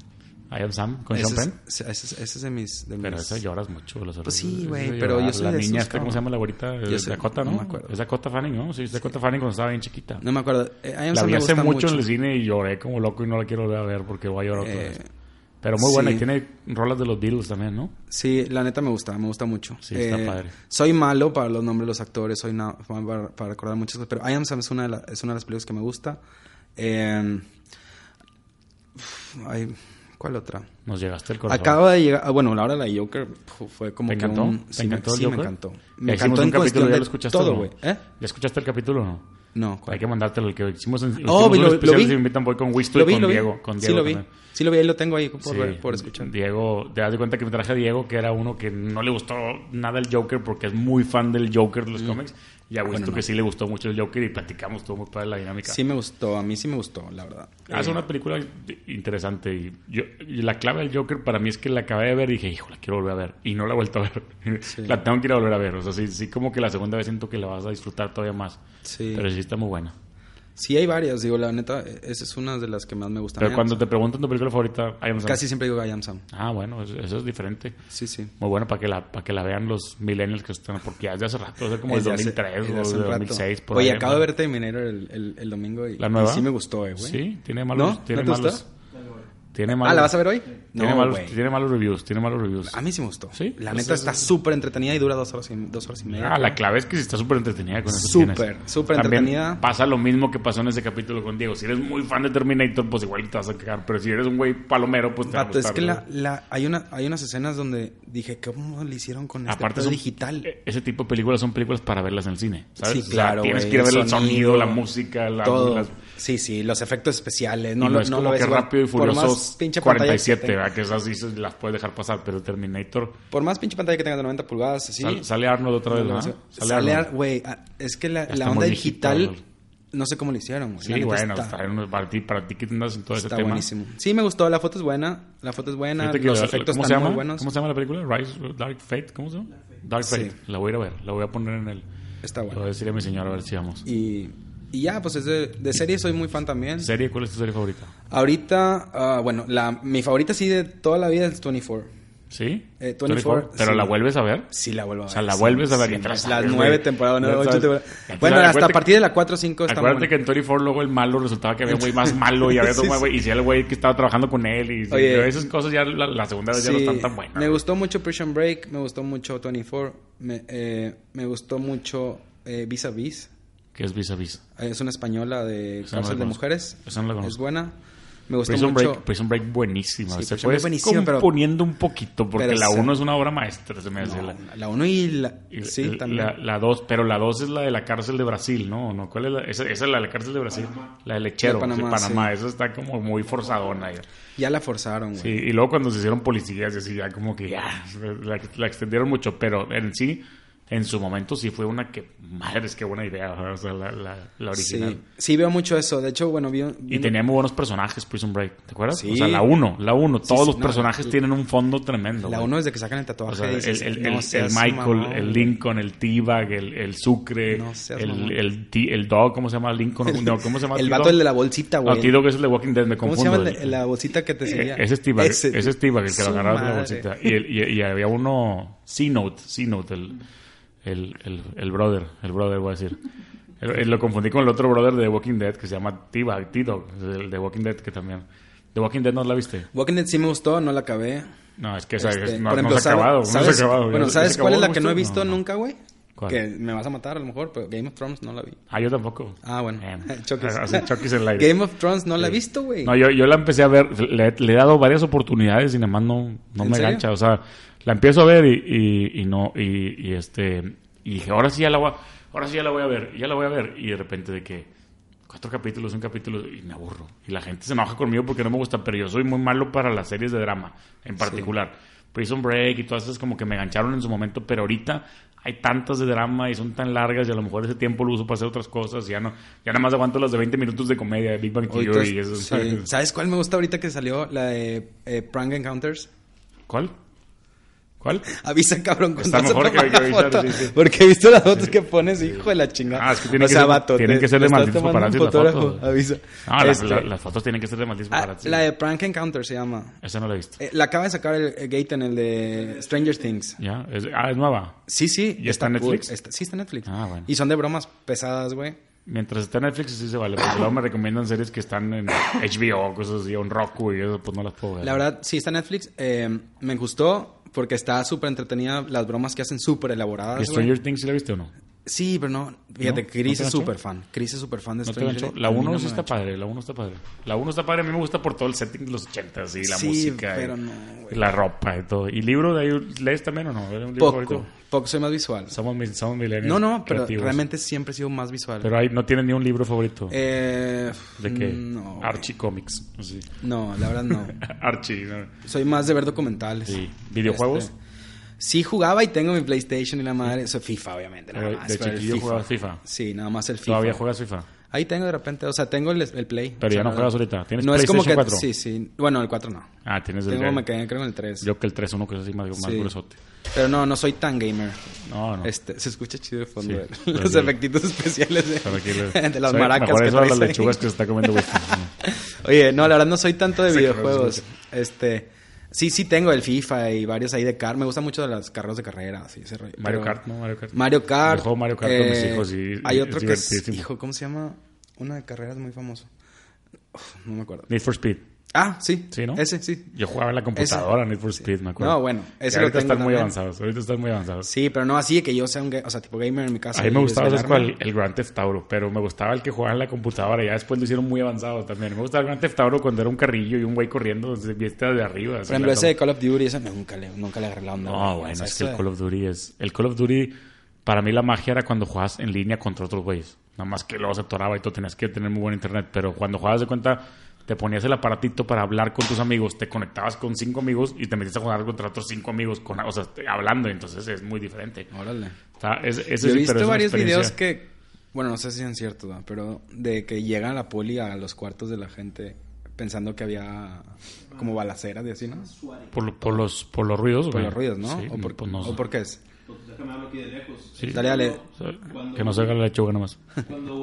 Speaker 1: I Am Sam con
Speaker 2: Ese
Speaker 1: Sean
Speaker 2: es,
Speaker 1: Penn.
Speaker 2: ese es- ese es de mis... de
Speaker 1: Pero
Speaker 2: mis-
Speaker 1: esa lloras mucho. Los
Speaker 2: Pues sí,
Speaker 1: esa
Speaker 2: güey,
Speaker 1: es de
Speaker 2: pero yo
Speaker 1: llorar.
Speaker 2: soy
Speaker 1: La
Speaker 2: de
Speaker 1: niña,
Speaker 2: esos,
Speaker 1: esta, ¿cómo
Speaker 2: cabrón.
Speaker 1: se llama la güerita? Eh,
Speaker 2: Yo sé,
Speaker 1: Dakota, ¿no?
Speaker 2: no me acuerdo.
Speaker 1: Es Dakota Fanning, ¿no? Sí, es Dakota Fanning cuando estaba bien chiquita.
Speaker 2: No me acuerdo. Eh, I Am
Speaker 1: La
Speaker 2: Sam
Speaker 1: vi
Speaker 2: me
Speaker 1: hace
Speaker 2: gusta
Speaker 1: mucho, en el cine y lloré como loco y no la quiero volver a ver porque voy a llorar otra
Speaker 2: Eh,
Speaker 1: vez. Pero muy buena y
Speaker 2: sí.
Speaker 1: tiene rolas de los Beatles también, ¿no?
Speaker 2: Sí, la neta me gusta, me gusta mucho. Eh,
Speaker 1: Sí, está padre.
Speaker 2: Soy malo para los nombres de los actores, soy na- para, para recordar muchas cosas, pero I Am Sam es una de, la- es una de las películas que me gusta. Eh, uf, ay, ¿Cuál otra?
Speaker 1: Nos llegaste el corazón.
Speaker 2: Acaba de llegar, ah, bueno, la hora de la Joker uf, fue como
Speaker 1: ¿Te
Speaker 2: que
Speaker 1: encantó?
Speaker 2: un-
Speaker 1: ¿Te
Speaker 2: sí,
Speaker 1: encantó
Speaker 2: me,
Speaker 1: el
Speaker 2: sí, me
Speaker 1: Joker?
Speaker 2: encantó.
Speaker 1: Ya
Speaker 2: Me
Speaker 1: hicimos
Speaker 2: encantó en
Speaker 1: un capítulo,
Speaker 2: cuestión
Speaker 1: ya
Speaker 2: de
Speaker 1: lo escuchaste.
Speaker 2: todo,
Speaker 1: ¿no?
Speaker 2: güey. ¿Eh?
Speaker 1: ¿Ya escuchaste el capítulo o no?
Speaker 2: No, ¿cuál?
Speaker 1: Hay que mandártelo, el que hicimos en
Speaker 2: Oh,
Speaker 1: hicimos
Speaker 2: lo-
Speaker 1: un
Speaker 2: lo
Speaker 1: especial
Speaker 2: vi.
Speaker 1: de Se me invitan voy con Wisto
Speaker 2: Lo
Speaker 1: y
Speaker 2: vi,
Speaker 1: con
Speaker 2: lo vi.
Speaker 1: Diego. Con
Speaker 2: sí
Speaker 1: Diego
Speaker 2: lo vi.
Speaker 1: también.
Speaker 2: Sí lo vi, ahí lo tengo ahí por,
Speaker 1: Sí.
Speaker 2: ver- por escuchar.
Speaker 1: Diego, te das de cuenta que me traje a Diego, que era uno que no le gustó nada el Joker porque es muy fan del Joker de los
Speaker 2: Mm.
Speaker 1: cómics. Y a Wisto que sí le gustó mucho el Joker y platicamos todo muy padre la dinámica.
Speaker 2: Sí me gustó, a mí sí me gustó, la verdad.
Speaker 1: Hace Ah, una película interesante y, yo, y la clave del Joker para mí es que la acabé de ver y dije, hijo, la quiero volver a ver. Y no la he vuelto a ver. la tengo que ir a volver a ver. O sea, sí, sí como que la segunda vez siento que la vas a disfrutar todavía más.
Speaker 2: Sí.
Speaker 1: Pero sí está muy buena.
Speaker 2: Sí hay varias, digo, la neta, e-, esa es una de las que más me gustan.
Speaker 1: Pero
Speaker 2: I Am
Speaker 1: cuando te preguntan tu película favorita, I Am Sam.
Speaker 2: Casi siempre digo I am Sam.
Speaker 1: Ah, bueno, eso, eso es diferente.
Speaker 2: Sí, sí.
Speaker 1: Muy bueno para que la para que la vean los millennials que están, porque ya es de hace rato, es de como el
Speaker 2: Desde hace-
Speaker 1: 2003
Speaker 2: desde
Speaker 1: o
Speaker 2: hace
Speaker 1: el
Speaker 2: un rato.
Speaker 1: 2006. por
Speaker 2: Oye,
Speaker 1: ahí,
Speaker 2: acabo de
Speaker 1: ¿no?
Speaker 2: ver Terminator el, el, el domingo y,
Speaker 1: ¿La nueva?
Speaker 2: y sí me gustó, eh, güey.
Speaker 1: Sí, tiene malos.
Speaker 2: ¿No?
Speaker 1: Tiene
Speaker 2: ¿No te
Speaker 1: malos.
Speaker 2: gustó?
Speaker 1: Tiene malos.
Speaker 2: Ah, ¿la vas a ver hoy?
Speaker 1: Tiene,
Speaker 2: No,
Speaker 1: malos,
Speaker 2: güey.
Speaker 1: tiene malos reviews, tiene malos reviews.
Speaker 2: A mí sí me gustó.
Speaker 1: Sí,
Speaker 2: La
Speaker 1: pues
Speaker 2: neta
Speaker 1: es-
Speaker 2: está súper entretenida y dura dos horas y, dos horas y media.
Speaker 1: Ah, la clave es que si está súper entretenida con eso.
Speaker 2: Súper,
Speaker 1: tienes.
Speaker 2: súper
Speaker 1: También
Speaker 2: entretenida.
Speaker 1: Pasa lo mismo que pasó en ese capítulo con Diego. Si eres muy fan de Terminator, pues igual te vas a cagar. Pero si eres un güey palomero, pues te va a
Speaker 2: Vato,
Speaker 1: gustar.
Speaker 2: es que
Speaker 1: ¿no?
Speaker 2: la, la, hay, una, hay unas escenas donde dije, ¿cómo le hicieron con este
Speaker 1: Aparte
Speaker 2: pedo
Speaker 1: son-
Speaker 2: digital?
Speaker 1: e- Ese tipo de películas son películas para verlas en el cine, ¿sabes?
Speaker 2: Sí,
Speaker 1: O sea,
Speaker 2: claro,
Speaker 1: tienes
Speaker 2: güey,
Speaker 1: que ir a
Speaker 2: el
Speaker 1: ver el sonido,
Speaker 2: sonido,
Speaker 1: la música, la-
Speaker 2: todo.
Speaker 1: las
Speaker 2: Sí, sí, los efectos especiales.
Speaker 1: No,
Speaker 2: No,
Speaker 1: no,
Speaker 2: lo-
Speaker 1: es
Speaker 2: no
Speaker 1: como
Speaker 2: lo ves
Speaker 1: que
Speaker 2: igual.
Speaker 1: rápido y
Speaker 2: Por más
Speaker 1: furioso
Speaker 2: pinche pantalla que
Speaker 1: 47,
Speaker 2: tengas.
Speaker 1: ¿verdad? Que esas sí se las puedes dejar pasar, pero Terminator
Speaker 2: Por más pinche pantalla que tengas de 90 pulgadas, así.
Speaker 1: sal- sale Arnold otra vez, ¿verdad?
Speaker 2: Sale,
Speaker 1: Arnold.
Speaker 2: ar- güey, ah, es que la,
Speaker 1: Ya
Speaker 2: la
Speaker 1: está
Speaker 2: onda
Speaker 1: muy viejito,
Speaker 2: digital,
Speaker 1: Arnold.
Speaker 2: no sé cómo lo hicieron, güey.
Speaker 1: Sí,
Speaker 2: La neta
Speaker 1: bueno,
Speaker 2: está-
Speaker 1: para, uno- para ti, para ti que tendrás en todo ese
Speaker 2: Está
Speaker 1: tema.
Speaker 2: buenísimo. Sí, me gustó. La foto es buena. La foto es buena.
Speaker 1: Fíjate que
Speaker 2: los
Speaker 1: la-
Speaker 2: efectos
Speaker 1: ¿cómo
Speaker 2: están
Speaker 1: se llama?
Speaker 2: muy buenos.
Speaker 1: ¿Cómo se llama la película? Rise, Dark Fate, ¿cómo se llama? Dark Fate.
Speaker 2: Sí.
Speaker 1: La voy a ir a ver, la voy a poner en el...
Speaker 2: Está
Speaker 1: Lo voy a
Speaker 2: bueno.
Speaker 1: decir a mi señora a ver si vamos.
Speaker 2: Y, y ya, pues es de, de serie soy muy fan también.
Speaker 1: ¿Serie? ¿Cuál es tu serie favorita?
Speaker 2: Ahorita, ah, bueno, la, mi favorita sí de toda la vida es 24.
Speaker 1: ¿Sí?
Speaker 2: Eh, 24,
Speaker 1: ¿Pero
Speaker 2: sí.
Speaker 1: la vuelves a ver?
Speaker 2: Sí, la vuelvo a ver.
Speaker 1: O sea, la
Speaker 2: sí,
Speaker 1: vuelves a ver
Speaker 2: sí,
Speaker 1: y te la
Speaker 2: Las
Speaker 1: sabes,
Speaker 2: nueve
Speaker 1: güey.
Speaker 2: temporadas, nueve,
Speaker 1: Ya
Speaker 2: ocho
Speaker 1: sabes.
Speaker 2: temporadas.
Speaker 1: Entonces,
Speaker 2: Bueno, hasta
Speaker 1: acuérdate-
Speaker 2: a partir de la 4 o 5 está muy
Speaker 1: Acuérdate que
Speaker 2: bueno.
Speaker 1: en 24 luego el malo resultaba que había un güey más malo y había otro güey y si era el güey que estaba trabajando con él y
Speaker 2: Oye.
Speaker 1: pero esas cosas ya la, la segunda vez ya no
Speaker 2: Sí,
Speaker 1: están tan buenas.
Speaker 2: Me gustó mucho Prison Break, me gustó mucho 24, me, eh, me gustó mucho eh, Vis a Vis.
Speaker 1: Que es vis a vis.
Speaker 2: Eh, Es una española de
Speaker 1: Esa no la
Speaker 2: cárcel de
Speaker 1: conozco.
Speaker 2: mujeres.
Speaker 1: Esa no la conozco.
Speaker 2: Es buena. Me gustó
Speaker 1: Prison
Speaker 2: mucho.
Speaker 1: Break, Prison Break buenísima.
Speaker 2: Sí,
Speaker 1: se
Speaker 2: Prison Break
Speaker 1: fue
Speaker 2: buenísima, pero-
Speaker 1: poniendo un poquito porque
Speaker 2: pero
Speaker 1: la
Speaker 2: esa-
Speaker 1: 1 es una obra maestra, se me hace. pues, la-
Speaker 2: No, la 1 y la.
Speaker 1: y la-
Speaker 2: sí,
Speaker 1: la-
Speaker 2: también.
Speaker 1: La, 2, pero la 2 es la de la cárcel de Brasil, ¿no? ¿No? ¿Cuál es la? Esa, esa es la de la cárcel de Brasil. La de lechero, de
Speaker 2: De
Speaker 1: Panamá.
Speaker 2: Panamá,
Speaker 1: Esa está como muy forzadona. ya.
Speaker 2: Ya la forzaron, güey.
Speaker 1: Sí, y luego cuando se hicieron policías y así ya como que ya la, la extendieron mucho, pero en sí, en su momento sí fue una que, madres, qué buena idea, o sea, la, la, la
Speaker 2: Sí,
Speaker 1: original.
Speaker 2: sí, veo mucho eso. De hecho, bueno, vi. un- vi
Speaker 1: Y
Speaker 2: un-
Speaker 1: tenía muy buenos personajes Prison Break, ¿te acuerdas?
Speaker 2: Sí.
Speaker 1: O sea, la 1, la 1, todos
Speaker 2: sí,
Speaker 1: los
Speaker 2: no,
Speaker 1: personajes
Speaker 2: el-
Speaker 1: tienen un fondo tremendo.
Speaker 2: La
Speaker 1: güey.
Speaker 2: 1 desde que sacan el tatuaje.
Speaker 1: O sea, el,
Speaker 2: dices,
Speaker 1: el-
Speaker 2: "No
Speaker 1: el- el
Speaker 2: seas
Speaker 1: Michael,
Speaker 2: mamón".
Speaker 1: el Lincoln, el T-Bag, el, el Sucre,
Speaker 2: No seas mamón.
Speaker 1: el, el, T- el Dog, ¿cómo se llama? Lincoln, no, ¿cómo se llama?
Speaker 2: El
Speaker 1: T-Dog?
Speaker 2: vato, el de la bolsita,
Speaker 1: No,
Speaker 2: güey.
Speaker 1: T-Dog es el de Walking Dead, me
Speaker 2: ¿Cómo
Speaker 1: confundo.
Speaker 2: se llama el
Speaker 1: güey.
Speaker 2: de- la bolsita que te seguía?
Speaker 1: Eh, Ese es T-Bag, ese
Speaker 2: Ese.
Speaker 1: es T-Bag, el que lo
Speaker 2: Su
Speaker 1: agarrabas de la
Speaker 2: madre.
Speaker 1: bolsita. Y, el- y- y había uno C-Note, C-Note, el, el, el, el brother, el brother voy a decir. El- el- lo confundí con el otro brother de The Walking Dead que se llama T-Bag, T-Dog, es el de Walking Dead que también. ¿The Walking Dead no la viste?
Speaker 2: Walking Dead sí me gustó, no la acabé.
Speaker 1: No, es que esa-
Speaker 2: Este,
Speaker 1: es- no,
Speaker 2: por
Speaker 1: no
Speaker 2: ejemplo,
Speaker 1: se ha
Speaker 2: ¿sabe-
Speaker 1: acabado, no se ha
Speaker 2: sabes-
Speaker 1: acabado. ¿Ya
Speaker 2: Bueno,
Speaker 1: se-
Speaker 2: ¿sabes
Speaker 1: se
Speaker 2: cuál es
Speaker 1: acabó,
Speaker 2: la que no he
Speaker 1: Augusto?
Speaker 2: visto nunca, güey?
Speaker 1: ¿Cuál?
Speaker 2: Que me vas a matar a lo mejor, pero Game of Thrones no la vi.
Speaker 1: Ah, yo tampoco.
Speaker 2: Ah, bueno.
Speaker 1: Eh,
Speaker 2: Choques.
Speaker 1: Así, choques en el aire.
Speaker 2: Game of Thrones no la he
Speaker 1: Sí.
Speaker 2: visto, güey.
Speaker 1: No, yo, yo la empecé a ver, le, le he dado varias oportunidades y nada más no, no
Speaker 2: ¿En
Speaker 1: me
Speaker 2: serio?
Speaker 1: engancha. O sea, la empiezo a ver y, y, y no, y, y este, y dije, ahora sí ya la voy a, ahora sí ya la voy a ver, ya la voy a ver. Y de repente de que cuatro capítulos, un capítulo, y me aburro. Y la gente se enoja conmigo porque no me gusta, pero yo soy muy malo para las series de drama, en particular. Prison Break y todas esas como que me engancharon en su momento, pero ahorita hay tantas de drama y son tan largas y a lo mejor ese tiempo lo uso para hacer otras cosas. y Ya no, ya nada más aguanto las de 20 minutos de comedia de Big Bang
Speaker 2: Ahorita
Speaker 1: Theory y
Speaker 2: es-
Speaker 1: eso.
Speaker 2: sí.
Speaker 1: ¿sabes?
Speaker 2: ¿Sabes cuál me gusta ahorita que salió? La de eh, Prank Encounters.
Speaker 1: ¿Cuál? ¿Cuál?
Speaker 2: Avisa, cabrón, cuando
Speaker 1: Está
Speaker 2: vas a
Speaker 1: mejor que-
Speaker 2: tomar
Speaker 1: que
Speaker 2: la
Speaker 1: avisar,
Speaker 2: foto.
Speaker 1: sí, sí.
Speaker 2: Porque he visto las fotos que pones, hijo de la chingada.
Speaker 1: Ah, es que tienen que ser- tienen que ser de
Speaker 2: estás
Speaker 1: malditos
Speaker 2: tomando un
Speaker 1: paparazzi las
Speaker 2: fotógrafo,
Speaker 1: fotos.
Speaker 2: Avisa.
Speaker 1: No, las,
Speaker 2: Este,
Speaker 1: Ah, la- las fotos tienen que ser de malditos
Speaker 2: ah,
Speaker 1: paparazzi.
Speaker 2: La de Prank Encounter se llama.
Speaker 1: Esa no la he visto.
Speaker 2: Eh, la acaba de sacar el, el Gaten, el de Stranger Things.
Speaker 1: ¿Ya? Es- ah, es nueva.
Speaker 2: Sí, sí.
Speaker 1: ¿Y está en
Speaker 2: cool.
Speaker 1: Netflix?
Speaker 2: Está- sí, está en Netflix.
Speaker 1: Ah, bueno.
Speaker 2: Y son de bromas pesadas, güey.
Speaker 1: Mientras está en Netflix sí se vale, porque luego me recomiendan series que están en HBO, cosas así, o en Roku y eso, pues no las puedo ver.
Speaker 2: La verdad, sí, está en Netflix. Eh, me gustó porque está súper entretenida. Las bromas que hacen súper elaboradas.
Speaker 1: ¿Y
Speaker 2: güey.
Speaker 1: Stranger Things sí la viste o no?
Speaker 2: Sí, pero no.
Speaker 1: ¿No?
Speaker 2: Fíjate,
Speaker 1: ¿No
Speaker 2: Chris
Speaker 1: te
Speaker 2: es
Speaker 1: ganchó?
Speaker 2: súper fan. Chris es súper fan de
Speaker 1: ¿No te
Speaker 2: Stranger
Speaker 1: ganchó?
Speaker 2: Things.
Speaker 1: La
Speaker 2: A mí
Speaker 1: 1
Speaker 2: no
Speaker 1: sí
Speaker 2: me
Speaker 1: está
Speaker 2: ganchó.
Speaker 1: padre, la 1 está padre. La 1 está padre, a mí me gusta por todo el setting de los 80s y la
Speaker 2: Sí,
Speaker 1: música. y
Speaker 2: pero no, güey.
Speaker 1: la ropa y todo. ¿Y libro de ahí lees también o no? ¿Era un libro
Speaker 2: Poco.
Speaker 1: favorito?
Speaker 2: Poco, soy más visual.
Speaker 1: Somos, mil- somos millennials
Speaker 2: No, no, pero
Speaker 1: creativos.
Speaker 2: realmente siempre he sido más visual.
Speaker 1: Pero ahí no tienen ni un libro favorito.
Speaker 2: Eh,
Speaker 1: ¿De qué?
Speaker 2: No, güey.
Speaker 1: Archie Comics. Sí.
Speaker 2: no, la verdad no.
Speaker 1: Archie. ¿no?
Speaker 2: Soy más de ver documentales.
Speaker 1: Sí. ¿Videojuegos?
Speaker 2: Este, sí, jugaba y tengo mi PlayStation y la madre. Soy FIFA, obviamente. Nada
Speaker 1: Pero
Speaker 2: más,
Speaker 1: Eh, de
Speaker 2: pero el
Speaker 1: chiquillo
Speaker 2: FIFA.
Speaker 1: jugabas FIFA.
Speaker 2: Sí, nada más el FIFA.
Speaker 1: Todavía juegas FIFA.
Speaker 2: Ahí tengo de repente, o sea, tengo el, el Play.
Speaker 1: Pero
Speaker 2: O sea,
Speaker 1: ya no juegas ahorita. ¿Tienes
Speaker 2: no es como que,
Speaker 1: PlayStation 4?
Speaker 2: Sí, sí. Bueno, el 4 no.
Speaker 1: Ah, tienes el.
Speaker 2: Tengo, me
Speaker 1: Yo
Speaker 2: quedé creo en el 3.
Speaker 1: creo que el 3 uno que es así más, más
Speaker 2: Sí.
Speaker 1: gruesote.
Speaker 2: Pero no, no soy tan gamer.
Speaker 1: No, no.
Speaker 2: Este, se escucha chido de fondo.
Speaker 1: Sí,
Speaker 2: ¿verdad?
Speaker 1: pero
Speaker 2: los
Speaker 1: sí.
Speaker 2: efectitos especiales de,
Speaker 1: Tranquilo.
Speaker 2: de las
Speaker 1: Soy-
Speaker 2: maracas
Speaker 1: Mejor
Speaker 2: que
Speaker 1: eso a las
Speaker 2: traes ahí.
Speaker 1: lechugas que se está comiendo Winston.
Speaker 2: Oye, no, la verdad no soy tanto de
Speaker 1: Se quedó
Speaker 2: videojuegos. Este, sí, sí tengo el FIFA y varios ahí de car. Me gusta mucho de los carros de carrera. sí, ese rollo.
Speaker 1: Mario
Speaker 2: Pero-
Speaker 1: Kart, ¿no? Mario Kart.
Speaker 2: Mario Kart. eh,
Speaker 1: Yo juego Mario Kart con mis hijos y-
Speaker 2: Hay
Speaker 1: y
Speaker 2: otro
Speaker 1: es
Speaker 2: que es,
Speaker 1: divertidísimo.
Speaker 2: hijo, ¿cómo se llama? Uno de carreras muy famoso. Uf, no me acuerdo.
Speaker 1: Need for Speed.
Speaker 2: Ah, sí.
Speaker 1: Sí, ¿no?
Speaker 2: Ese, sí.
Speaker 1: Yo jugaba en la computadora Need for Speed, me acuerdo.
Speaker 2: No, bueno,
Speaker 1: Y
Speaker 2: ese lo
Speaker 1: ahorita
Speaker 2: tengo
Speaker 1: están muy
Speaker 2: también.
Speaker 1: avanzados. Ahorita están muy avanzados.
Speaker 2: Sí, pero no así de que yo sea un, ga- o sea, tipo gamer en mi casa.
Speaker 1: A mí me
Speaker 2: y
Speaker 1: gustaba ¿sabes
Speaker 2: desvelarme.
Speaker 1: cuál? el Grand Theft Auto, pero me gustaba el que jugaba en la computadora. Ya después lo hicieron muy avanzado también. Me gustaba el Grand Theft Auto cuando era un carrillo y un güey corriendo desde vista de arriba. así,
Speaker 2: Por ejemplo,
Speaker 1: la
Speaker 2: ese de Call of Duty, ese nunca le, nunca le agarré la onda.
Speaker 1: No,
Speaker 2: güey. O
Speaker 1: bueno,
Speaker 2: sea,
Speaker 1: es que
Speaker 2: eso
Speaker 1: el
Speaker 2: de-
Speaker 1: Call of Duty es... El Call of Duty, para mí la magia era cuando jugabas en línea contra otros güeyes. Nada más que luego se atoraba y tú tenías que tener muy buen internet. Pero cuando jugabas de cuenta, te ponías el aparatito para hablar con tus amigos, te conectabas con cinco amigos y te metías a jugar contra otros cinco amigos, con, o sea, hablando. Entonces es muy diferente.
Speaker 2: Órale.
Speaker 1: Está, es, es-
Speaker 2: Yo
Speaker 1: sí, pero es
Speaker 2: he visto
Speaker 1: una
Speaker 2: varios
Speaker 1: experiencia-
Speaker 2: videos que, bueno, no sé si sean ciertos, ¿verdad? pero de que llega la poli a los cuartos de la gente pensando que había como balaceras y así, ¿no?
Speaker 1: Por, lo- por los, por los ruidos,
Speaker 2: Por
Speaker 1: güey.
Speaker 2: los ruidos, ¿no?
Speaker 1: Sí,
Speaker 2: ¿O, por,
Speaker 1: pues no sé.
Speaker 2: o por qué es?
Speaker 3: Pues déjame hablo aquí de lejos.
Speaker 1: Sí.
Speaker 2: Dale, dale.
Speaker 1: O sea, Que no se haga la lechuga nomás.
Speaker 3: Cuando,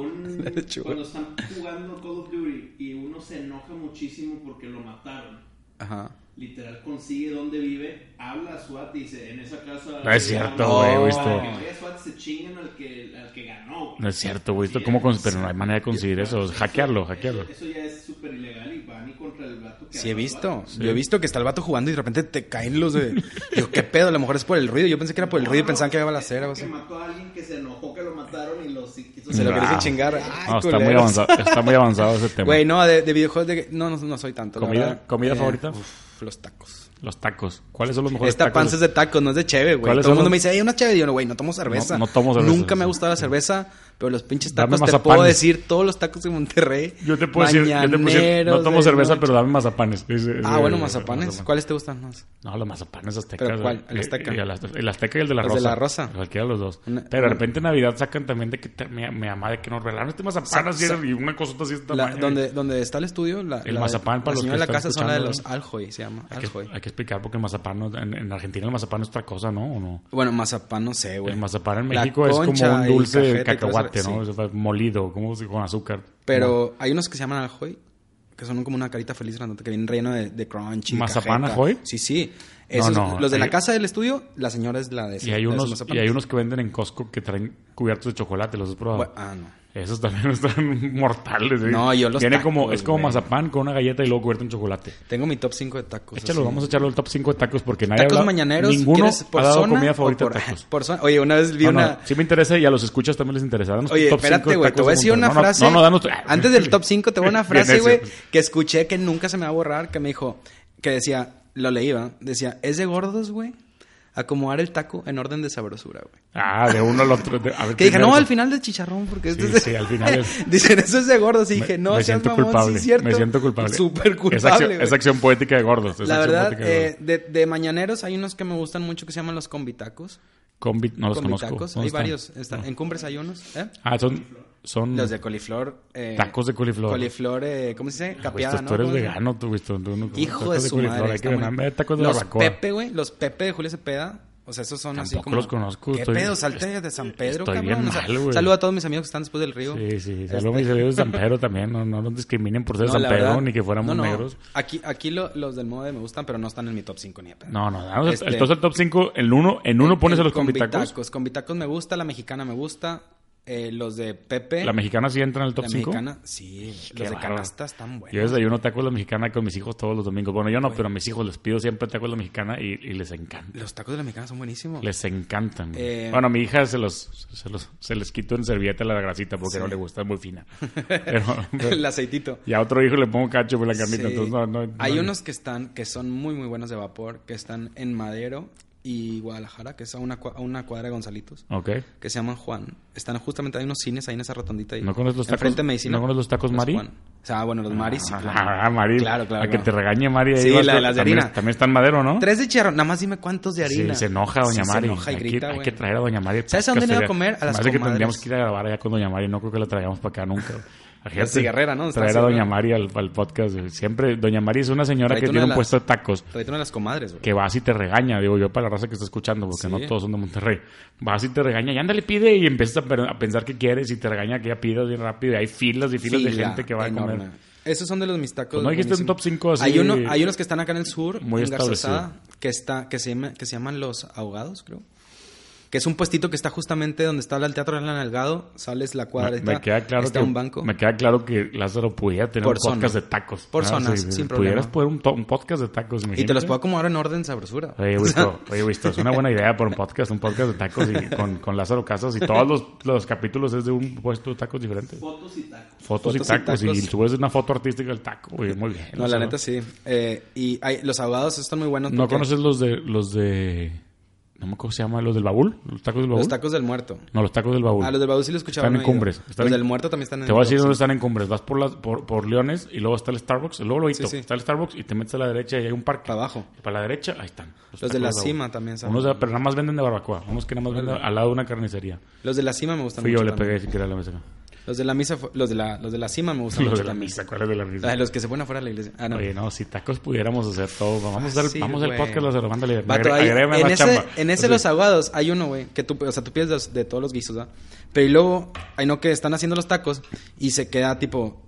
Speaker 3: un,
Speaker 2: La lechuga.
Speaker 3: cuando están jugando Call of Duty y uno se enoja muchísimo porque lo mataron,
Speaker 2: Ajá.
Speaker 3: literal consigue dónde vive, habla a SWAT y dice, en esa casa...
Speaker 1: No es cierto,
Speaker 3: No,
Speaker 1: güey, ¿viste?
Speaker 3: Para que vaya SWAT se chingan al que, al que ganó.
Speaker 1: No es cierto, güey. Esto
Speaker 3: Sí,
Speaker 1: ¿Cómo
Speaker 3: es-
Speaker 1: cons- Pero no hay manera de conseguir eso. Hackearlo,
Speaker 3: Eso,
Speaker 1: hackearlo.
Speaker 3: eso ya es súper ilegal y van y contra el vato que
Speaker 2: Sí, he
Speaker 3: habla
Speaker 2: visto.
Speaker 3: SWAT.
Speaker 2: Yo he visto que está el vato jugando y de repente te caen los de. Digo, ¿qué pedo? A lo mejor es por el ruido. Yo pensé que era por el ruido y
Speaker 3: No,
Speaker 2: pensaban que había
Speaker 3: no,
Speaker 2: balacera o
Speaker 3: que
Speaker 2: así.
Speaker 3: mató a alguien que se enojó que lo mataron y lo sí quiso
Speaker 2: Se lo
Speaker 1: Nah.
Speaker 2: querían chingar. Ay,
Speaker 1: No, está muy
Speaker 2: culeros.
Speaker 1: avanzado, está muy avanzado ese tema.
Speaker 2: Güey, no, de, de videojuegos de... No, no, no soy tanto. la
Speaker 1: ¿Comida?
Speaker 2: verdad. Eh,
Speaker 1: ¿Comida favorita?
Speaker 2: uf, los tacos.
Speaker 1: Los tacos. ¿Cuáles son los mejores
Speaker 2: Esta
Speaker 1: tacos?
Speaker 2: panza es de tacos, no es de cheve, güey.
Speaker 1: ¿Cuáles
Speaker 2: Todo el
Speaker 1: son
Speaker 2: mundo
Speaker 1: los-
Speaker 2: me dice, hay una cheve. Y yo, no, güey, no tomo cerveza.
Speaker 1: no tomo cerveza,
Speaker 2: Nunca me
Speaker 1: sí.
Speaker 2: ha gustado la cerveza, pero los pinches
Speaker 1: Dame
Speaker 2: tacos te
Speaker 1: mazapanes.
Speaker 2: puedo decir todos los tacos de Monterrey.
Speaker 1: Yo te puedo decir, yo te puedo decir, no
Speaker 2: mañaneros
Speaker 1: tomo
Speaker 2: de
Speaker 1: cerveza,
Speaker 2: noche.
Speaker 1: pero eh, dame mazapanes. Es- es-
Speaker 2: Ah, bueno,
Speaker 1: es-
Speaker 2: mazapanes. ¿Cuáles te gustan más?
Speaker 1: No, los mazapanes aztecas.
Speaker 2: ¿Pero cuál?
Speaker 1: eh,
Speaker 2: ¿El azteca?
Speaker 1: y el az- el azteca y el de la
Speaker 2: ¿Los
Speaker 1: rosa.
Speaker 2: de la rosa?
Speaker 1: Cualquiera de los dos.
Speaker 2: Una-
Speaker 1: Pero de
Speaker 2: una-
Speaker 1: repente en Navidad sacan también de que te- mi, mi mamá de que nos regalaron este mazapán
Speaker 2: Sa-
Speaker 1: así
Speaker 2: sa-
Speaker 1: y una cosota así de este
Speaker 2: La-
Speaker 1: tamaño.
Speaker 2: donde, donde está el estudio, la,
Speaker 1: El
Speaker 2: la-
Speaker 1: mazapán para los
Speaker 2: la
Speaker 1: que
Speaker 2: señora de la
Speaker 1: están
Speaker 2: casa son la de
Speaker 1: escuchando,
Speaker 2: los Aljoy, se llama.
Speaker 1: Hay que,
Speaker 2: Aljoy.
Speaker 1: hay que explicar porque el mazapán, no- en, en Argentina el mazapán es otra cosa, ¿no? ¿O no?
Speaker 2: Bueno, mazapán no sé, güey.
Speaker 1: El mazapán en
Speaker 2: La
Speaker 1: México es como
Speaker 2: concha
Speaker 1: un
Speaker 2: y
Speaker 1: dulce de
Speaker 2: cajeta y todo eso,
Speaker 1: cacahuate, ¿no?
Speaker 2: sí.
Speaker 1: O sea, molido, como si- con azúcar.
Speaker 2: Pero hay unos que se llaman Aljoy, que son como una carita feliz grandota, que vienen relleno de, de crunch y
Speaker 1: ¿Mazapán
Speaker 2: cajeta.
Speaker 1: Aljoy?
Speaker 2: Sí, sí.
Speaker 1: No,
Speaker 2: Esos-
Speaker 1: no,
Speaker 2: los de la
Speaker 1: hay-
Speaker 2: casa del estudio, la señora es la de
Speaker 1: Y hay,
Speaker 2: de esos
Speaker 1: unos, y
Speaker 2: mazapanes.
Speaker 1: hay unos que venden en Costco que traen cubiertos de chocolate, los has probado.
Speaker 2: Bu- ah, no.
Speaker 1: Esos también están mortales. ¿eh?
Speaker 2: No, yo los
Speaker 1: Viene
Speaker 2: tacos,
Speaker 1: como, es como
Speaker 2: güey.
Speaker 1: mazapán con una galleta y luego cubierto en chocolate.
Speaker 2: Tengo mi top 5 de tacos.
Speaker 1: Échalo,
Speaker 2: así.
Speaker 1: vamos a echarlo al top 5 de tacos porque nadie ha
Speaker 2: Tacos
Speaker 1: hablado-
Speaker 2: mañaneros,
Speaker 1: ninguno
Speaker 2: ¿quieres por
Speaker 1: ha dado
Speaker 2: zona
Speaker 1: comida
Speaker 2: o
Speaker 1: favorita
Speaker 2: por,
Speaker 1: de tacos.
Speaker 2: por zona? Oye, una vez vi
Speaker 1: No, no,
Speaker 2: una...
Speaker 1: sí me interesa y a los escuchas también les interesará. Danos
Speaker 2: Oye,
Speaker 1: tu top cinco
Speaker 2: espérate,
Speaker 1: de
Speaker 2: güey, te
Speaker 1: tacos
Speaker 2: voy a
Speaker 1: de
Speaker 2: decir una
Speaker 1: Monterrey.
Speaker 2: frase.
Speaker 1: No, no, no, danos tu-
Speaker 2: Antes del top 5 te voy a una
Speaker 1: Bien
Speaker 2: frase,
Speaker 1: necio.
Speaker 2: güey, que escuché que nunca se me va a borrar, que me dijo, que decía, lo leí, ¿va? Decía, es de gordos, güey, acomodar el taco en orden de sabrosura, güey.
Speaker 1: Ah, de uno al otro. de- a ver,
Speaker 2: Que dije,
Speaker 1: primero,
Speaker 2: no, al final de chicharrón, porque esto
Speaker 1: Sí,
Speaker 2: es de-
Speaker 1: sí, al final es-
Speaker 2: Dicen, eso es de gordos. Y
Speaker 1: me-
Speaker 2: dije, no,
Speaker 1: me
Speaker 2: seas
Speaker 1: siento
Speaker 2: mamón,
Speaker 1: culpable.
Speaker 2: sí es cierto.
Speaker 1: Me siento culpable.
Speaker 2: Súper
Speaker 1: Esa acción,
Speaker 2: culpable,
Speaker 1: es
Speaker 2: güey.
Speaker 1: acción poética de gordos. es
Speaker 2: La
Speaker 1: acción
Speaker 2: verdad,
Speaker 1: poética de gordos.
Speaker 2: eh, de, de mañaneros hay unos que me gustan mucho que se llaman los combitacos.
Speaker 1: Combi- no los conozco.
Speaker 2: combitacos,
Speaker 1: ¿Dónde
Speaker 2: eh, hay
Speaker 1: están?
Speaker 2: varios. están- En cumbres hay unos, ¿eh?
Speaker 1: Ah, son. son
Speaker 2: Los de coliflor. eh,
Speaker 1: Tacos de coliflor.
Speaker 2: Coliflor, eh, ¿cómo se dice?
Speaker 1: Ah, güey,
Speaker 2: Capeada,
Speaker 1: tú-
Speaker 2: ¿no?
Speaker 1: Tú eres
Speaker 2: ¿Cómo se llama?
Speaker 1: vegano, tú, güey. tú- tú no-
Speaker 2: Hijo
Speaker 1: tacos
Speaker 2: de su
Speaker 1: coliflor,
Speaker 2: madre.
Speaker 1: Hay que
Speaker 2: está muy-
Speaker 1: ganarme tacos de
Speaker 2: los
Speaker 1: barbacoa.
Speaker 2: Pepe, güey. Los Pepe de Julio Cepeda. O sea, esos son así
Speaker 1: Tampoco
Speaker 2: como...
Speaker 1: los conozco,
Speaker 2: ¿Qué
Speaker 1: estoy-
Speaker 2: pedo? Salte de San Pedro,
Speaker 1: estoy
Speaker 2: cabrón.
Speaker 1: bien
Speaker 2: O sea,
Speaker 1: mal, güey.
Speaker 2: saludo a todos mis amigos que están después del río.
Speaker 1: Sí, sí.
Speaker 2: Este,
Speaker 1: Saludos a mis amigos de San Pedro también. No, no nos discriminen por ser de
Speaker 2: no,
Speaker 1: San
Speaker 2: la
Speaker 1: Pedro
Speaker 2: verdad,
Speaker 1: ni que fuéramos
Speaker 2: no, no.
Speaker 1: negros.
Speaker 2: Aquí, aquí lo- los del modo me gustan, pero no están en mi top 5 ni de pedo.
Speaker 1: No, no. danos el-
Speaker 2: Este-
Speaker 1: entonces el top 5, el 1, en 1 pones a los combitacos.
Speaker 2: Con bitacos me gusta, la mexicana me gusta. eh, los de Pepe.
Speaker 1: La mexicana sí entra en el top
Speaker 2: la
Speaker 1: 5.
Speaker 2: mexicana, sí.
Speaker 1: Qué
Speaker 2: Los de
Speaker 1: bárbaro.
Speaker 2: canasta están buenos.
Speaker 1: Yo desayuno tacos de la mexicana con mis hijos todos los domingos. Bueno, yo no, pero a mis hijos les pido siempre tacos de la mexicana y, y les encanta.
Speaker 2: Los tacos de la mexicana son buenísimos.
Speaker 1: Les encantan. güey.
Speaker 2: Eh,
Speaker 1: bueno, a mi hija se los, se los se les quito en servilleta la grasita porque
Speaker 2: Sí.
Speaker 1: no le gusta, es muy fina. Pero, pero-
Speaker 2: el aceitito.
Speaker 1: y a otro hijo le pongo cacho por la carnita.
Speaker 2: Sí.
Speaker 1: Entonces, no, no,
Speaker 2: Hay
Speaker 1: no-
Speaker 2: unos que están, que son muy muy buenos de vapor, que están en Madero y Guadalajara, que es a una, cua- a una cuadra de Gonzalitos,
Speaker 1: Ok.
Speaker 2: que se llaman Juan. Están justamente, hay unos cines ahí en esa rotondita ahí.
Speaker 1: ¿No conoces los
Speaker 2: Enfrente
Speaker 1: tacos-
Speaker 2: de medicina.
Speaker 1: no conoces los tacos Mari?
Speaker 2: Juan. O sea, bueno, los Maris. sí, claro.
Speaker 1: Ah, Mari.
Speaker 2: Claro, claro,
Speaker 1: A que
Speaker 2: claro.
Speaker 1: te regañe Mari. ahí
Speaker 2: Sí,
Speaker 1: vas
Speaker 2: la-
Speaker 1: con-
Speaker 2: las de
Speaker 1: también-
Speaker 2: harina.
Speaker 1: También está en madero, ¿no?
Speaker 2: Tres de chicharrón, nada más dime cuántos de harina.
Speaker 1: Sí, se enoja Doña
Speaker 2: Sí,
Speaker 1: Mari.
Speaker 2: Se enoja y
Speaker 1: Hay que-
Speaker 2: grita,
Speaker 1: hay, que,
Speaker 2: güey.
Speaker 1: traer a Doña Mari. de
Speaker 2: ¿Sabes a dónde
Speaker 1: podcast,
Speaker 2: le iba a
Speaker 1: sería-
Speaker 2: comer? A las
Speaker 1: Me parece que
Speaker 2: comadres.
Speaker 1: tendríamos que ir a grabar allá con Doña Mari. No creo que la traigamos para acá nunca. La
Speaker 2: cigarrera, ¿no? Está
Speaker 1: Traer a
Speaker 2: haciendo-
Speaker 1: Doña Mari al, al podcast. güey. Siempre, Doña Mari es una señora que
Speaker 2: Tráete una
Speaker 1: tiene
Speaker 2: de
Speaker 1: un
Speaker 2: las-
Speaker 1: puesto de tacos.
Speaker 2: Todavía una de las comadres, güey.
Speaker 1: Que vas y te regaña, digo yo, para la raza que está escuchando, porque
Speaker 2: Sí.
Speaker 1: no todos son de Monterrey. Vas y te regaña, y ándale, pide, y empiezas a, per- a pensar que quieres, y te regaña que ya pidas bien rápido, y hay filas y filas de
Speaker 2: Fila
Speaker 1: gente que va a
Speaker 2: enorme.
Speaker 1: comer.
Speaker 2: Esos son de los mis tacos.
Speaker 1: Pues no dijiste un
Speaker 2: buenísimos.
Speaker 1: top cinco así-
Speaker 2: Hay, uno, hay unos que están acá en el sur,
Speaker 1: Muy
Speaker 2: en Garza
Speaker 1: establecido.
Speaker 2: Sada, que, está, que, se llama- que se llaman Los Ahogados, creo. Que es un puestito que está justamente donde está el Teatro del Analgado. Sales la cuadra,
Speaker 1: Me,
Speaker 2: está,
Speaker 1: me queda claro
Speaker 2: está
Speaker 1: que,
Speaker 2: un banco.
Speaker 1: me queda claro que Lázaro pudiera tener
Speaker 2: Por
Speaker 1: un podcast
Speaker 2: zona.
Speaker 1: de tacos. Ah,
Speaker 2: Por zonas,
Speaker 1: sí,
Speaker 2: sin
Speaker 1: Pudieras
Speaker 2: problema.
Speaker 1: poner un, to- un podcast de tacos.
Speaker 2: Y te los
Speaker 1: imagínate.
Speaker 2: puedo acomodar en orden sabrosura.
Speaker 1: Oye,
Speaker 2: O sea,
Speaker 1: Wisto, oye, Wisto, es una buena idea para un podcast, un podcast de tacos y con, con Lázaro Casas y todos los, los capítulos es de un puesto de tacos diferente.
Speaker 3: Fotos y tacos.
Speaker 1: Fotos, y
Speaker 2: Fotos y
Speaker 1: tacos y,
Speaker 2: tacos.
Speaker 1: subes una foto artística del taco, güey, muy bien.
Speaker 2: no,
Speaker 1: O
Speaker 2: la
Speaker 1: sea,
Speaker 2: neta sí. Eh, y hay- los ahogados están muy buenos.
Speaker 1: ¿No
Speaker 2: porque-
Speaker 1: conoces los de los de No me acuerdo cómo se llama, los del baúl, los tacos del baúl.
Speaker 2: Los tacos del muerto.
Speaker 1: No, los tacos del baúl.
Speaker 2: Ah, los del baúl sí lo escuchaba.
Speaker 1: Están
Speaker 2: no
Speaker 1: en
Speaker 2: he ido.
Speaker 1: Cumbres. Están
Speaker 2: los
Speaker 1: en-
Speaker 2: del muerto también están en
Speaker 1: Te voy a decir
Speaker 2: Cumbres.
Speaker 1: dónde están en Cumbres. Vas por, las, por, por Leones y luego está el Starbucks, luego lo
Speaker 2: Sí, sí.
Speaker 1: Está el Starbucks y te metes a la derecha y hay un parque.
Speaker 2: Para abajo.
Speaker 1: Y para la derecha, ahí están.
Speaker 2: Los de la
Speaker 1: tacos del baúl.
Speaker 2: cima también saben.
Speaker 1: Unos de- pero nada más venden de barbacoa. Unos que nada más venden al lado de una carnicería.
Speaker 2: Los de la cima me gustan
Speaker 1: Fui yo,
Speaker 2: mucho.
Speaker 1: le
Speaker 2: también.
Speaker 1: pegué sin querer a la mesa.
Speaker 2: Los de la misa, fu- los de la, los de la cima me gustan
Speaker 1: Los
Speaker 2: mucho
Speaker 1: de la
Speaker 2: también.
Speaker 1: misa, ¿cuál es de la
Speaker 2: Ah,
Speaker 1: misa?
Speaker 2: de los que se ponen afuera de la iglesia. Ah, no.
Speaker 1: Oye, no, si tacos pudiéramos hacer todo. Vamos a hacer
Speaker 2: Fácil,
Speaker 1: vamos al
Speaker 2: Ah, güey.
Speaker 1: podcast de la Servanda Libre.
Speaker 2: Vato,
Speaker 1: Agre-
Speaker 2: ahí-
Speaker 1: agrégame
Speaker 2: en
Speaker 1: más
Speaker 2: ese,
Speaker 1: chamba.
Speaker 2: en ese
Speaker 1: Así.
Speaker 2: los aguados hay uno, güey, que tú, o sea, tú pides de, los- de todos los guisos, ¿verdad? Pero y luego hay no que están haciendo los tacos y se queda tipo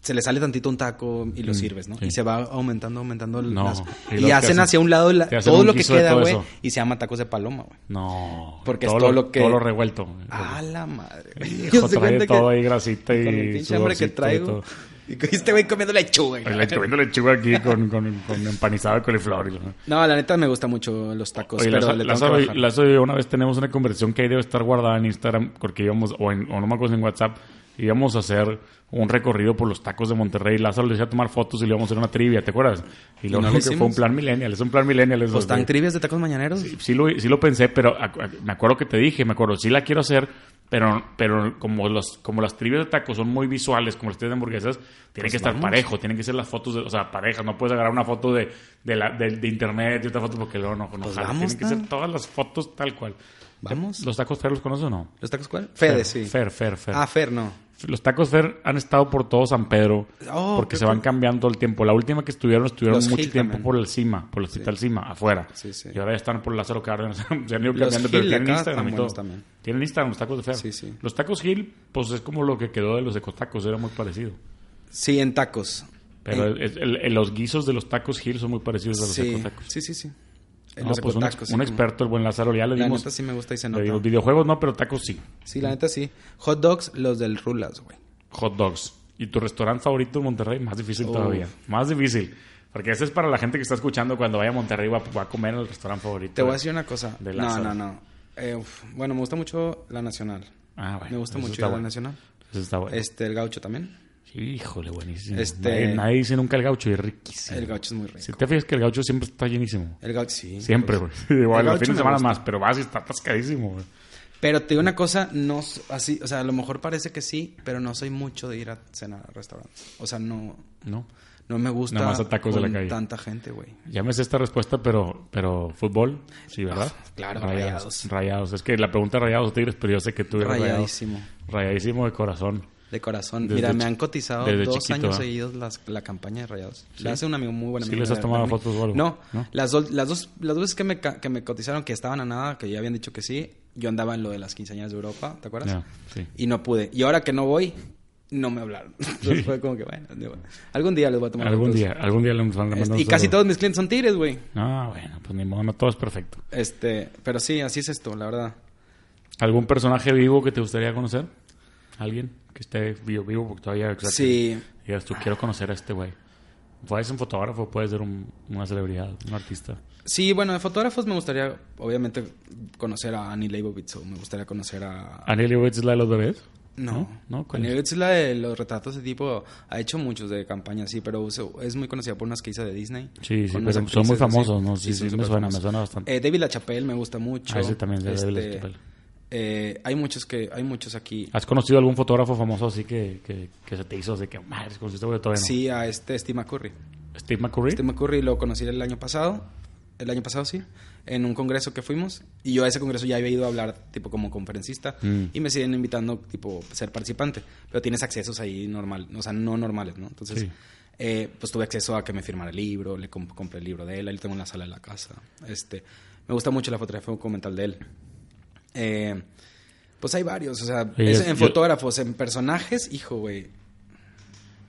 Speaker 2: se le sale tantito un taco y lo
Speaker 1: Mm,
Speaker 2: sirves, ¿no?
Speaker 1: sí.
Speaker 2: Y se va aumentando, aumentando el-
Speaker 1: No,
Speaker 2: las-
Speaker 1: y
Speaker 2: y,
Speaker 1: luego te
Speaker 2: hacen
Speaker 1: hacen-
Speaker 2: hacia un lado la-
Speaker 1: te hacen
Speaker 2: todo
Speaker 1: un
Speaker 2: lo que
Speaker 1: guiso de
Speaker 2: queda,
Speaker 1: todo
Speaker 2: güey,
Speaker 1: eso.
Speaker 2: y se llama tacos de paloma, güey.
Speaker 1: No.
Speaker 2: Porque es todo lo que-
Speaker 1: Todo lo revuelto.
Speaker 2: A la madre. güey.
Speaker 1: Hijo,
Speaker 2: Yo se
Speaker 1: trae
Speaker 2: cuenta
Speaker 1: todo
Speaker 2: que-
Speaker 1: ahí, grasita y
Speaker 2: con el pinche hambre que
Speaker 1: sudorcito y todo.
Speaker 2: traigo. Y con este güey comiendo lechuga. güey.
Speaker 1: Le- Comiendo lechuga aquí con, con, con empanizado de coliflor. y la-
Speaker 2: No, la neta me gusta mucho los tacos,
Speaker 1: Oye,
Speaker 2: pero
Speaker 1: Lazo-
Speaker 2: le tengo que
Speaker 1: Lázaro, y-
Speaker 2: bajar.
Speaker 1: Lázaro y yo una vez tenemos una conversación que ahí debe estar guardada en Instagram, porque íbamos, o, en, o no me acuerdo si en WhatsApp, íbamos a hacer un recorrido por los tacos de Monterrey. Lázaro le decía a tomar fotos y le íbamos a hacer una trivia, ¿te acuerdas? Y
Speaker 2: ¿Y
Speaker 1: lo
Speaker 2: no
Speaker 1: único
Speaker 2: lo
Speaker 1: que fue
Speaker 2: hicimos?
Speaker 1: un plan millennial, es un plan millennial. eso,
Speaker 2: Pues tan
Speaker 1: güey.
Speaker 2: trivias de tacos mañaneros.
Speaker 1: sí, lo, sí lo pensé, pero acu- ac- me acuerdo que te dije, me acuerdo, sí la quiero hacer, pero, pero como, los, como las trivias de tacos son muy visuales, como las trivias de hamburguesas, tienen
Speaker 2: Pues
Speaker 1: que estar parejo, tienen que ser las fotos, de, o sea, parejas, no puedes agarrar una foto de, de, la, de, de internet y otra foto porque luego no, no
Speaker 2: Pues
Speaker 1: jala.
Speaker 2: vamos,
Speaker 1: tienen que
Speaker 2: ¿no?
Speaker 1: ser todas las fotos tal cual.
Speaker 2: Vamos.
Speaker 1: ¿Los tacos Fer los conoces o no?
Speaker 2: ¿Los tacos cuál? Fede, sí.
Speaker 1: Fer, Fer, Fer.
Speaker 2: Ah, Fer, no.
Speaker 1: Los tacos Fer han estado por todo San Pedro
Speaker 2: Oh,
Speaker 1: porque
Speaker 2: qué
Speaker 1: se van
Speaker 2: cool.
Speaker 1: cambiando todo el tiempo. La última que estuvieron, estuvieron
Speaker 2: Los
Speaker 1: mucho
Speaker 2: Hill
Speaker 1: tiempo
Speaker 2: también.
Speaker 1: por el CIMA, por el hospital CIMA, afuera.
Speaker 2: Sí, sí.
Speaker 1: Y ahora ya están por Lázaro Cárdenas. se han ido
Speaker 2: Los
Speaker 1: cambiando, pero
Speaker 2: Hill
Speaker 1: tienen
Speaker 2: acá
Speaker 1: Instagram
Speaker 2: están
Speaker 1: y todo.
Speaker 2: buenos también.
Speaker 1: Tienen Instagram los tacos de Fer.
Speaker 2: Sí, sí.
Speaker 1: Los tacos Gil, pues es como lo que quedó de los ecotacos, era muy parecido.
Speaker 2: Sí, en tacos.
Speaker 1: Pero
Speaker 2: En-
Speaker 1: es- el- el- los guisos de los tacos Gil son muy parecidos a los
Speaker 2: Eh. sí,
Speaker 1: ecotacos.
Speaker 2: sí, sí, sí. En
Speaker 1: No,
Speaker 2: los
Speaker 1: pues un,
Speaker 2: tacos.
Speaker 1: un experto, el buen Lázaro, ya le
Speaker 2: La
Speaker 1: dimos,
Speaker 2: neta sí me gusta y se
Speaker 1: le
Speaker 2: nota.
Speaker 1: dimos videojuegos, no, pero tacos sí.
Speaker 2: Sí, la neta sí. Hot dogs, los del Rulas, güey.
Speaker 1: hot dogs. ¿Y tu restaurante favorito en Monterrey? Más difícil
Speaker 2: Uf.
Speaker 1: todavía. Más difícil. Porque ese es para la gente que está escuchando cuando vaya a Monterrey va, va a comer en el restaurante favorito.
Speaker 2: Te voy a decir una cosa.
Speaker 1: De
Speaker 2: no,
Speaker 1: Lázaro.
Speaker 2: no, no. Eh, uf, bueno, me gusta mucho la nacional.
Speaker 1: Ah, bueno,
Speaker 2: me gusta
Speaker 1: eso
Speaker 2: mucho
Speaker 1: está
Speaker 2: la
Speaker 1: bueno.
Speaker 2: nacional.
Speaker 1: Eso está bueno.
Speaker 2: Este, el gaucho también.
Speaker 1: Híjole, buenísimo.
Speaker 2: Este-
Speaker 1: Nadie, nadie dice nunca el gaucho y es riquísimo.
Speaker 2: El gaucho es muy rico.
Speaker 1: Si te fijas que el gaucho siempre está llenísimo.
Speaker 2: El gaucho, sí.
Speaker 1: Siempre, güey.
Speaker 2: pues.
Speaker 1: Igual,
Speaker 2: El
Speaker 1: los
Speaker 2: gaucho
Speaker 1: fines de
Speaker 2: me
Speaker 1: semana
Speaker 2: gusta.
Speaker 1: más, pero vas y está atascadísimo, güey.
Speaker 2: Pero te digo una cosa, no s- así, o sea, a lo mejor parece que sí, pero no soy mucho de ir a cenar a restaurantes. O sea, no,
Speaker 1: ¿No?
Speaker 2: no me gusta
Speaker 1: Nada más a tacos de la
Speaker 2: con
Speaker 1: calle.
Speaker 2: tanta gente, güey.
Speaker 1: Llámese esta respuesta, pero, pero fútbol, sí, ¿verdad?
Speaker 2: Ah, claro,
Speaker 1: rayados. Rayados. Es que la pregunta de rayados o tigres, pero yo sé que tú eres rayado.
Speaker 2: Rayadísimo.
Speaker 1: Rayadísimo de corazón.
Speaker 2: De corazón.
Speaker 1: Desde
Speaker 2: Mira,
Speaker 1: chi-
Speaker 2: me han cotizado
Speaker 1: desde
Speaker 2: dos
Speaker 1: chiquito,
Speaker 2: años
Speaker 1: ¿ah?
Speaker 2: seguidos las- la campaña de Rayados.
Speaker 1: ¿Sí?
Speaker 2: La hace un amigo muy buen
Speaker 1: ¿Sí
Speaker 2: amigo.
Speaker 1: les has
Speaker 2: de-
Speaker 1: tomado
Speaker 2: de mí.
Speaker 1: fotos o algo?
Speaker 2: No.
Speaker 1: ¿No?
Speaker 2: Las, dos- las, dos, las dos veces que me, ca- que me cotizaron que estaban a nada, que ya habían dicho que sí, yo andaba en lo de las quinceañeras de Europa, ¿te acuerdas?
Speaker 1: Ya, sí.
Speaker 2: Y no pude. Y ahora que no voy, no me hablaron. Entonces fue como que, bueno, digo, algún día les voy a tomar
Speaker 1: Algún
Speaker 2: fotos.
Speaker 1: día, algún día le vamos a mandar
Speaker 2: Este,
Speaker 1: un
Speaker 2: y casi
Speaker 1: saludo.
Speaker 2: todos mis clientes son tigres, güey.
Speaker 1: Ah, bueno, pues ni modo, no todo es perfecto.
Speaker 2: Este, pero sí, así es esto, la verdad.
Speaker 1: ¿Algún personaje vivo que te gustaría conocer? ¿Alguien que esté vivo, vivo porque todavía... exacto,
Speaker 2: Sí.
Speaker 1: Digas tú, quiero conocer a este güey. Puede ser un fotógrafo, puede ser un- una celebridad, un artista.
Speaker 2: Sí, bueno, de fotógrafos me gustaría, obviamente, conocer a Annie Leibovitz o me gustaría conocer a...
Speaker 1: ¿Annie Leibovitz es la de los bebés?
Speaker 2: No,
Speaker 1: ¿No?
Speaker 2: no,
Speaker 1: ¿Cuál
Speaker 2: Annie
Speaker 1: es?
Speaker 2: Leibovitz es la de los retratos de tipo... Ha hecho muchos de campaña, sí, pero uso- es muy conocida por unas que hizo de Disney.
Speaker 1: Sí, sí,
Speaker 2: con
Speaker 1: pero
Speaker 2: unas
Speaker 1: son
Speaker 2: actrices,
Speaker 1: muy
Speaker 2: así.
Speaker 1: famosos, ¿no? Sí, sí,
Speaker 2: son
Speaker 1: me suena,
Speaker 2: superfamosos.
Speaker 1: me suena bastante.
Speaker 2: Eh, David LaChapelle me gusta mucho. Este,
Speaker 1: Ah, ese también, de David LaChapelle. Ah,
Speaker 2: eh, hay muchos que... Hay muchos aquí.
Speaker 1: ¿Has conocido algún fotógrafo famoso así que, que, que se te hizo así que, madre, conociste este güey todavía no?
Speaker 2: Sí, a este Steve McCurry.
Speaker 1: ¿Steve McCurry?
Speaker 2: Steve McCurry Este, lo conocí el año pasado, el año pasado sí, en un congreso que fuimos. Y yo a ese congreso ya había ido a hablar, tipo, como conferencista.
Speaker 1: Mm.
Speaker 2: Y me siguen invitando, tipo, a ser participante. Pero tienes accesos ahí normal, o sea, no normales, ¿no? Entonces,
Speaker 1: Sí.
Speaker 2: eh, pues tuve acceso a que me firmara el libro, le comp- compré el libro de él, ahí lo tengo en la sala de la casa. Este, me gusta mucho la fotografía documental de él. Eh, pues hay varios, o sea,
Speaker 1: Sí,
Speaker 2: es-
Speaker 1: yo-
Speaker 2: en
Speaker 1: yo-
Speaker 2: fotógrafos, en personajes, hijo, güey.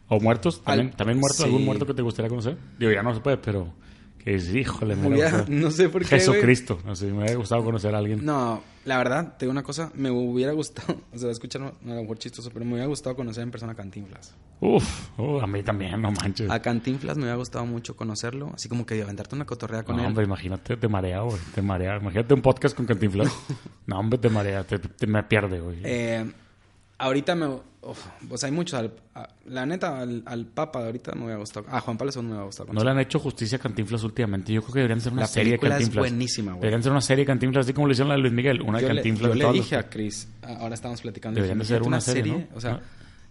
Speaker 1: ¿O muertos? ¿También,
Speaker 2: Al-
Speaker 1: también muertos?
Speaker 2: sí.
Speaker 1: ¿Algún muerto que te gustaría conocer? Digo, ya no se puede, pero... Que es, híjole, me
Speaker 2: Hubiera-
Speaker 1: hubiera-
Speaker 2: no sé por qué, güey.
Speaker 1: Jesucristo. Así, me hubiera gustado conocer a alguien.
Speaker 2: No, la verdad, te digo una cosa, me hubiera gustado, o sea, escuchar a lo mejor chistoso, pero me hubiera gustado conocer en persona a Cantinflas.
Speaker 1: Uf, uh, a mí también, no manches.
Speaker 2: A Cantinflas me hubiera gustado mucho conocerlo, así como que aventarte una cotorrea con
Speaker 1: No,
Speaker 2: él.
Speaker 1: hombre, imagínate, te marea, güey. Te marea. Imagínate un podcast con Cantinflas. no, hombre, te marea. Te, te- me pierde, güey.
Speaker 2: Eh, ahorita me. uf, pues hay muchos. al- a- la neta, al, al Papa de ahorita me voy a gustar. A Juan Pablo II me va a gustar.
Speaker 1: No le han hecho justicia a Cantinflas últimamente. Yo creo que deberían ser una
Speaker 2: La
Speaker 1: serie de
Speaker 2: película es
Speaker 1: Cantinflas.
Speaker 2: buenísima, güey.
Speaker 1: Deberían ser una serie de Cantinflas, así como lo hicieron la de Luis Miguel. Una de
Speaker 2: yo le,
Speaker 1: Cantinflas
Speaker 2: yo
Speaker 1: de
Speaker 2: le
Speaker 1: todas las-
Speaker 2: dije a Chris, a- ahora estamos platicando.
Speaker 1: Deberían
Speaker 2: dije,
Speaker 1: de ser
Speaker 2: "Imagínate
Speaker 1: una serie, ¿no?
Speaker 2: O sea,
Speaker 1: Ah.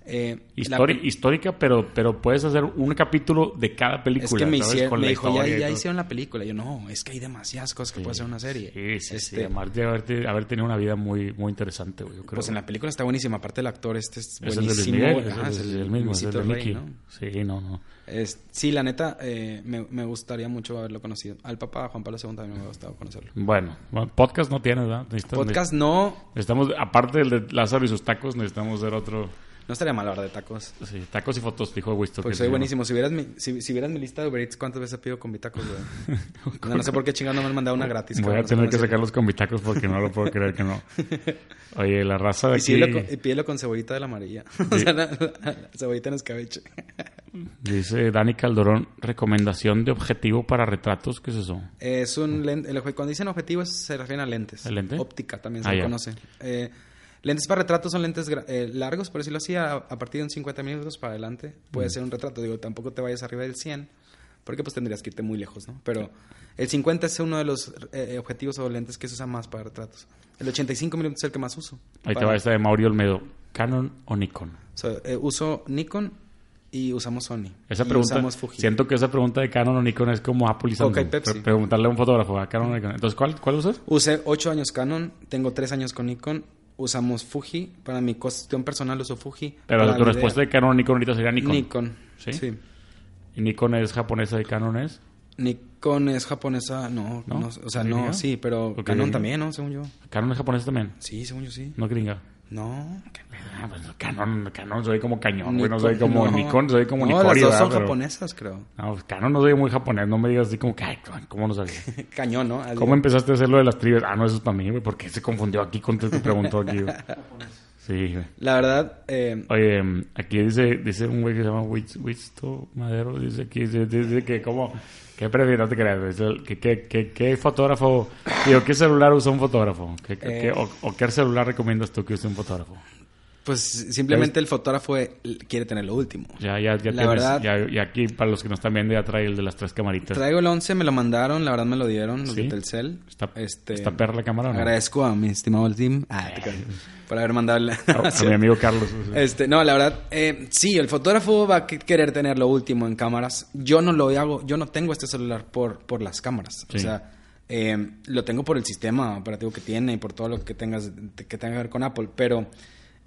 Speaker 2: eh, la
Speaker 1: Histori-
Speaker 2: pe-
Speaker 1: histórica, pero, pero puedes hacer un capítulo de cada película.
Speaker 2: es que me,
Speaker 1: ¿sabes?
Speaker 2: hicieron-
Speaker 1: Con
Speaker 2: me
Speaker 1: la
Speaker 2: dijo, ya,
Speaker 1: historia y
Speaker 2: ya
Speaker 1: todo".
Speaker 2: hicieron la película. Yo, no, es que hay demasiadas cosas que puede hacer una serie.
Speaker 1: Sí, sí, sí.
Speaker 2: Este,
Speaker 1: Además de haberte- haber tenido una vida muy, muy interesante, güey. Yo creo.
Speaker 2: Pues en la película está buenísima. Aparte, el actor este es
Speaker 1: Ese es el de Luis
Speaker 2: buenísimo.
Speaker 1: Miguel,
Speaker 2: güey.
Speaker 1: ese
Speaker 2: Ajá,
Speaker 1: es el, mismo, ese es
Speaker 2: Luisito
Speaker 1: el de
Speaker 2: Rey,
Speaker 1: Mickey.
Speaker 2: ¿no?
Speaker 1: Sí, no, no.
Speaker 2: Es- sí, la neta, eh, me, me gustaría mucho haberlo conocido. Al papá Juan Pablo II también me hubiera gustado conocerlo.
Speaker 1: Bueno, bueno, podcast no tienes, ¿verdad? Necesitas-
Speaker 2: Podcast no,
Speaker 1: Necesitamos, aparte del de Lázaro y sus tacos, necesitamos hacer otro.
Speaker 2: no estaría mal hablar de tacos.
Speaker 1: Sí, tacos y fotos, dijo Wisto.
Speaker 2: Porque Pues soy buenísimo. Si vieras mi, si, si vieras mi lista de Uber Eats, ¿cuántas veces pido con mi tacos, güey? No, no sé por qué chingando me han mandado una gratis.
Speaker 1: Voy
Speaker 2: cabrón,
Speaker 1: a
Speaker 2: no sé
Speaker 1: tener
Speaker 2: cómo
Speaker 1: que
Speaker 2: decirlo.
Speaker 1: sacarlos con mis tacos porque no lo puedo creer que no. Oye, la raza de
Speaker 2: Y,
Speaker 1: aquí
Speaker 2: sí, lo eh, con- y pídelo con cebollita de la amarilla. o sea, la, la- la cebollita en escabeche.
Speaker 1: dice Dani Calderón, recomendación de objetivo para retratos, ¿qué es eso?
Speaker 2: Es un lente. el obje- cuando dicen objetivos se refieren a lentes.
Speaker 1: ¿El lente?
Speaker 2: Óptica también se
Speaker 1: Ah,
Speaker 2: le
Speaker 1: ya.
Speaker 2: conoce. Eh, lentes para retratos son lentes gra- eh, largos, por decirlo así, a, a partir de un 50 minutos para adelante. Puede
Speaker 1: Mm.
Speaker 2: ser un retrato. Digo, tampoco te vayas arriba del 100, porque pues tendrías que irte muy lejos, ¿no? Pero el 50 es uno de los eh, objetivos o lentes que se usa más para retratos. El 85 minutos es el que más uso.
Speaker 1: Ahí te
Speaker 2: Para-
Speaker 1: va esta de Mauri Olmedo, ¿Canon o Nikon?
Speaker 2: o sea, eh, uso Nikon y usamos Sony.
Speaker 1: Esa
Speaker 2: Y
Speaker 1: pregunta,
Speaker 2: usamos Fuji.
Speaker 1: siento que esa pregunta de Canon o Nikon es como Apple y Samsung.
Speaker 2: Coca y Pepsi.
Speaker 1: Pre- Preguntarle a un fotógrafo, ¿a Canon o Nikon? Entonces, ¿cuál, cuál usas?
Speaker 2: Usé 8 años Canon, tengo 3 años con Nikon, usamos Fuji, para mi cuestión personal uso Fuji.
Speaker 1: Pero
Speaker 2: para
Speaker 1: tu
Speaker 2: video,
Speaker 1: respuesta de Canon o Nikon ahorita sería Nikon.
Speaker 2: Nikon.
Speaker 1: ¿Sí?
Speaker 2: ¿Sí?
Speaker 1: ¿Y Nikon es japonesa y Canon es?
Speaker 2: Nikon es japonesa, no,
Speaker 1: ¿No?
Speaker 2: no, o sea,
Speaker 1: ¿Gringa?
Speaker 2: no, sí, pero
Speaker 1: Porque
Speaker 2: Canon
Speaker 1: gringa.
Speaker 2: también, ¿no? Según yo.
Speaker 1: ¿Canon es japonesa también?
Speaker 2: Sí, según yo sí.
Speaker 1: No gringa.
Speaker 2: No.
Speaker 1: Ah, pues no, Canon, Canon soy como cañón, güey. No soy
Speaker 2: Nikon-
Speaker 1: como
Speaker 2: no.
Speaker 1: Nikon, soy como
Speaker 2: No,
Speaker 1: Nikori,
Speaker 2: las dos
Speaker 1: ¿verdad?
Speaker 2: son
Speaker 1: Pero-
Speaker 2: japonesas, creo.
Speaker 1: No, pues Canon no soy muy japonés. No me digas así como que, ay, ¿cómo no sabía?
Speaker 2: Cañón, ¿no? Así-
Speaker 1: ¿Cómo empezaste a hacer lo de las trivias? Ah, no, eso es para mí, güey. ¿Por qué se confundió aquí con todo lo que preguntó aquí, güey? Sí, güey.
Speaker 2: La verdad, eh,
Speaker 1: Oye, em, aquí dice, dice un güey que se llama Witz- Wisto Madero, dice aquí, dice, dice que como, ¿qué prefieres? No te creas, güey, es el- ¿qué, qué, qué, qué fotógrafo, digo, qué celular usa un fotógrafo? ¿Qué, qué-
Speaker 2: Eh.
Speaker 1: qué- o, o qué celular recomiendas tú que use un fotógrafo?
Speaker 2: pues simplemente el fotógrafo eh, quiere tener lo último.
Speaker 1: Ya, ya, ya
Speaker 2: La
Speaker 1: tienes,
Speaker 2: verdad-
Speaker 1: ya, y aquí para los que nos están viendo ya trae el de las tres camaritas.
Speaker 2: Traigo el 11, me lo mandaron, la verdad me lo dieron los
Speaker 1: Sí.
Speaker 2: de Telcel.
Speaker 1: Está,
Speaker 2: Este-
Speaker 1: está perra la cámara, o ¿no? Eh.
Speaker 2: Agradezco a mi estimado el team ah, te creo, por haber mandado la...
Speaker 1: A, a mi amigo Carlos.
Speaker 2: Este, no, la verdad, eh, sí, el fotógrafo va a que- querer tener lo último en cámaras. Yo no lo hago, yo no tengo este celular por, por las cámaras.
Speaker 1: Sí.
Speaker 2: O sea, eh, lo tengo por el sistema operativo que tiene y por todo lo que tengas que tenga que ver con Apple, pero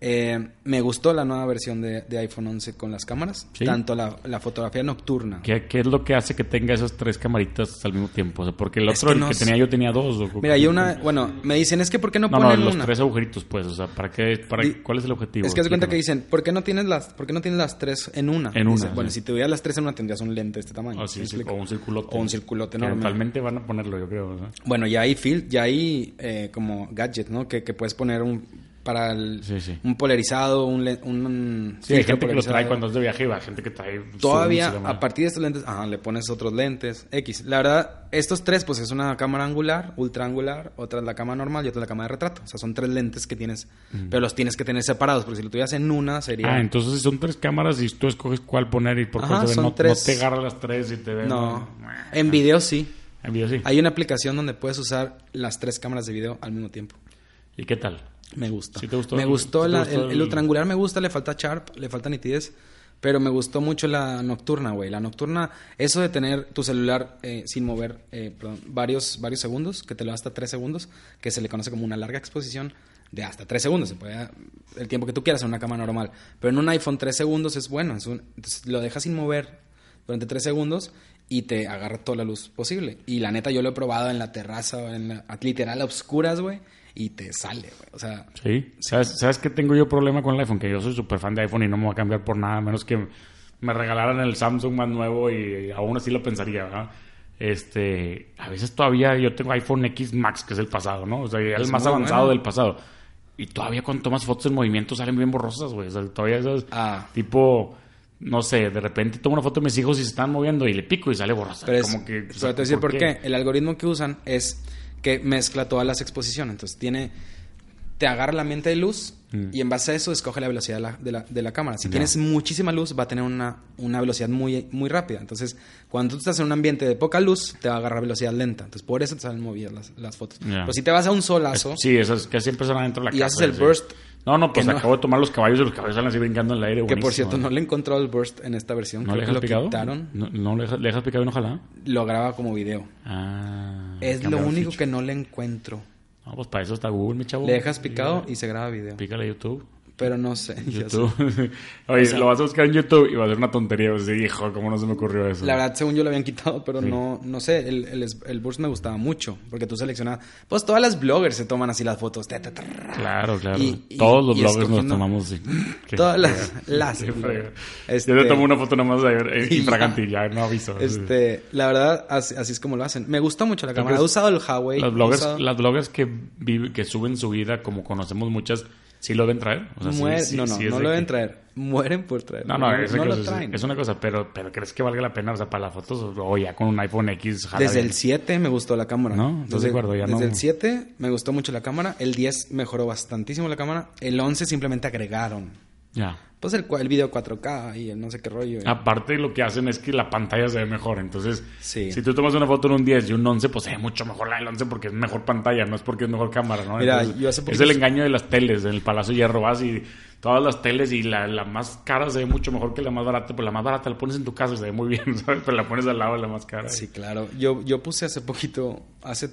Speaker 2: eh, me gustó la nueva versión de, de iPhone 11 con las cámaras,
Speaker 1: Sí.
Speaker 2: tanto la, la fotografía nocturna.
Speaker 1: ¿Qué, ¿Qué es lo que hace que tenga esas tres camaritas al mismo tiempo? O sea, porque el
Speaker 2: Es
Speaker 1: otro,
Speaker 2: que no
Speaker 1: el que
Speaker 2: sé.
Speaker 1: tenía yo, tenía dos. o-
Speaker 2: Mira, yo una, bueno, me dicen, es que ¿por qué no,
Speaker 1: No, no,
Speaker 2: ponen
Speaker 1: los
Speaker 2: una?
Speaker 1: tres agujeritos, pues. O sea, ¿para qué? Para,
Speaker 2: Di-
Speaker 1: ¿Cuál es el objetivo?
Speaker 2: Es que haz de cuenta que
Speaker 1: Explícame.
Speaker 2: dicen, ¿por qué no tienes las, por qué no tienes las tres en una?
Speaker 1: En
Speaker 2: Dice,
Speaker 1: una,
Speaker 2: bueno,
Speaker 1: sí.
Speaker 2: si tuvieras las tres en una tendrías un lente de este tamaño.
Speaker 1: Ah, sí,
Speaker 2: ¿Me
Speaker 1: sí,
Speaker 2: explico?
Speaker 1: o un circulote.
Speaker 2: O un circulote
Speaker 1: Que
Speaker 2: enorme.
Speaker 1: Eventualmente van a ponerlo, yo creo. ¿no?
Speaker 2: Bueno, ya hay fil- ya hay eh, como gadgets, ¿no? Que, que puedes poner un para el-
Speaker 1: Sí, sí.
Speaker 2: un polarizado, un, le- un
Speaker 1: Sí, hay
Speaker 2: filtro
Speaker 1: gente que los trae
Speaker 2: polarizado.
Speaker 1: cuando es de viaje y va gente que trae...
Speaker 2: Todavía,
Speaker 1: zooms y la madre.
Speaker 2: a partir de estos lentes, ajá, le pones otros lentes, X. La verdad, estos tres, pues es una cámara angular, ultraangular, otra es la cámara normal y otra es la cámara de retrato. O sea, son tres lentes que tienes, pero los tienes que tener separados, porque si lo tuvieras en una sería...
Speaker 1: Ah, entonces si son tres cámaras y tú escoges cuál poner y por
Speaker 2: Ajá,
Speaker 1: cuál se ve.
Speaker 2: son
Speaker 1: No,
Speaker 2: tres.
Speaker 1: no te agarra las tres y te ve...
Speaker 2: No,
Speaker 1: Ah.
Speaker 2: en video sí.
Speaker 1: En video sí.
Speaker 2: Hay una aplicación donde puedes usar las tres cámaras de video al mismo tiempo.
Speaker 1: ¿Y qué tal?
Speaker 2: Me gusta.
Speaker 1: ¿Sí te gustó?
Speaker 2: Me gustó,
Speaker 1: ¿Sí te
Speaker 2: la-
Speaker 1: gustó
Speaker 2: el,
Speaker 1: el-
Speaker 2: el ultraangular, me gusta, le falta sharp, le falta nitidez, pero me gustó mucho la nocturna, güey. La nocturna, eso de tener tu celular eh, sin mover eh, perdón, varios, varios segundos, que te lo da hasta tres segundos, que se le conoce como una larga exposición de hasta tres segundos, se puede dar el tiempo que tú quieras en una cámara normal, pero en un iPhone tres segundos es bueno, es un- entonces, lo dejas sin mover durante tres segundos y te agarra toda la luz posible. Y la neta, yo lo he probado en la terraza, o en la, literal a obscuras, güey, y te sale, güey. O sea,
Speaker 1: Sí. ¿Sabes, ¿Sabes qué tengo yo problema con el iPhone? Que yo soy súper fan de iPhone y no me voy a cambiar por nada, a menos que me regalaran el Samsung más nuevo y aún así lo pensaría, ¿verdad? Este, a veces todavía yo tengo iPhone X Max, que es el pasado, ¿no? O sea, ya el
Speaker 2: Es
Speaker 1: más
Speaker 2: muy
Speaker 1: avanzado
Speaker 2: bueno.
Speaker 1: del pasado. Y todavía cuando tomas fotos en movimiento salen bien borrosas, güey. O sea, todavía esas,
Speaker 2: Ah.
Speaker 1: tipo, no sé, de repente tomo una foto de mis hijos y se están moviendo y le pico y sale borrosa.
Speaker 2: Pero es,
Speaker 1: como que, o
Speaker 2: pero te
Speaker 1: sea,
Speaker 2: voy a decir por, qué. El algoritmo que usan es que mezcla todas las exposiciones. Entonces tiene te agarra la ambiente de luz
Speaker 1: Mm.
Speaker 2: y en base a eso escoge la velocidad de la, de la- de la cámara. Si
Speaker 1: Ya.
Speaker 2: tienes muchísima luz, va a tener una, una velocidad muy, muy rápida. Entonces, cuando tú estás en un ambiente de poca luz, te va a agarrar velocidad lenta. Entonces, por eso te salen movidas las, las fotos.
Speaker 1: Ya.
Speaker 2: Pero si te vas a un solazo,
Speaker 1: Sí, esas que siempre son adentro de la
Speaker 2: Y
Speaker 1: casa.
Speaker 2: haces el
Speaker 1: así.
Speaker 2: burst.
Speaker 1: No, no, pues
Speaker 2: Que no.
Speaker 1: acabo de tomar los caballos y los caballos salen así brincando en el aire.
Speaker 2: que por
Speaker 1: buenísimo.
Speaker 2: cierto no le encontró el burst en esta versión,
Speaker 1: ¿No
Speaker 2: creo
Speaker 1: le
Speaker 2: que
Speaker 1: dejas
Speaker 2: lo
Speaker 1: picado?
Speaker 2: quitaron,
Speaker 1: No, no le, dejas, le dejas picado y no jala.
Speaker 2: lo graba como video.
Speaker 1: Ah.
Speaker 2: Es lo
Speaker 1: cambiaron
Speaker 2: único
Speaker 1: feature.
Speaker 2: que no le encuentro.
Speaker 1: No, pues para eso está Google, mi chavo.
Speaker 2: Le dejas picado y se graba video.
Speaker 1: Pícale a YouTube.
Speaker 2: Pero no sé. ya sé.
Speaker 1: YouTube. Oye, lo vas a buscar en YouTube y va a ser una tontería. Pues, sí, hijo, ¿cómo no se me ocurrió eso?
Speaker 2: La verdad, según yo lo habían quitado, pero no, no sé. El, el, es- el burst me gustaba mucho porque tú seleccionabas. Pues todas las bloggers se toman así las fotos. ta, ta, ta, ra.
Speaker 1: Claro, claro.
Speaker 2: Y- y-
Speaker 1: Todos los
Speaker 2: y
Speaker 1: bloggers nos
Speaker 2: escogiendo-
Speaker 1: tomamos. sí. Qué
Speaker 2: Todas las.
Speaker 1: fregada.
Speaker 2: las
Speaker 1: Qué fregada.
Speaker 2: este,
Speaker 1: Yo le tomo una foto nomás de
Speaker 2: y ya.
Speaker 1: infragante y ya no aviso.
Speaker 2: este, la verdad, así, así es como lo hacen. Me gusta mucho la
Speaker 1: Creo
Speaker 2: cámara.
Speaker 1: que
Speaker 2: He
Speaker 1: es-
Speaker 2: usado el Huawei.
Speaker 1: Las
Speaker 2: he
Speaker 1: bloggers,
Speaker 2: usado-
Speaker 1: las bloggers que, vive- que suben su vida, como conocemos muchas, ¿sí lo deben traer? O sea, sí-
Speaker 2: muer-
Speaker 1: sí-
Speaker 2: no, no,
Speaker 1: sí es
Speaker 2: no
Speaker 1: de que-
Speaker 2: lo deben traer. Mueren por traer.
Speaker 1: No, no, es, una
Speaker 2: lo
Speaker 1: cosa,
Speaker 2: traen.
Speaker 1: es una cosa, pero, pero ¿crees que valga la pena? O sea, para las fotos o o ya con un iPhone X. jala
Speaker 2: Desde
Speaker 1: bien.
Speaker 2: el 7 me gustó la cámara.
Speaker 1: No, estás de acuerdo, ya
Speaker 2: desde
Speaker 1: no.
Speaker 2: el 7 me gustó mucho la cámara. El 10 mejoró bastantísimo la cámara. El 11 simplemente agregaron.
Speaker 1: Ya.
Speaker 2: Pues el, cua- el video 4K y el no sé qué rollo. y-
Speaker 1: Aparte, lo que hacen es que la pantalla se ve mejor. Entonces,
Speaker 2: Sí.
Speaker 1: si tú tomas una foto en un 10 y un 11, pues se ve mucho mejor la del 11 porque es mejor pantalla, no es porque es mejor cámara, ¿no?
Speaker 2: Mira,
Speaker 1: Entonces,
Speaker 2: yo hace poquito-
Speaker 1: Es el engaño de las teles. En el Palacio Hierro vas y todas las teles y la, la más cara se ve mucho mejor que la más barata. Pues la más barata la pones en tu casa y se ve muy bien, ¿sabes? Pero la pones al lado de la más cara.
Speaker 2: Sí, claro. Yo, yo puse hace poquito, hace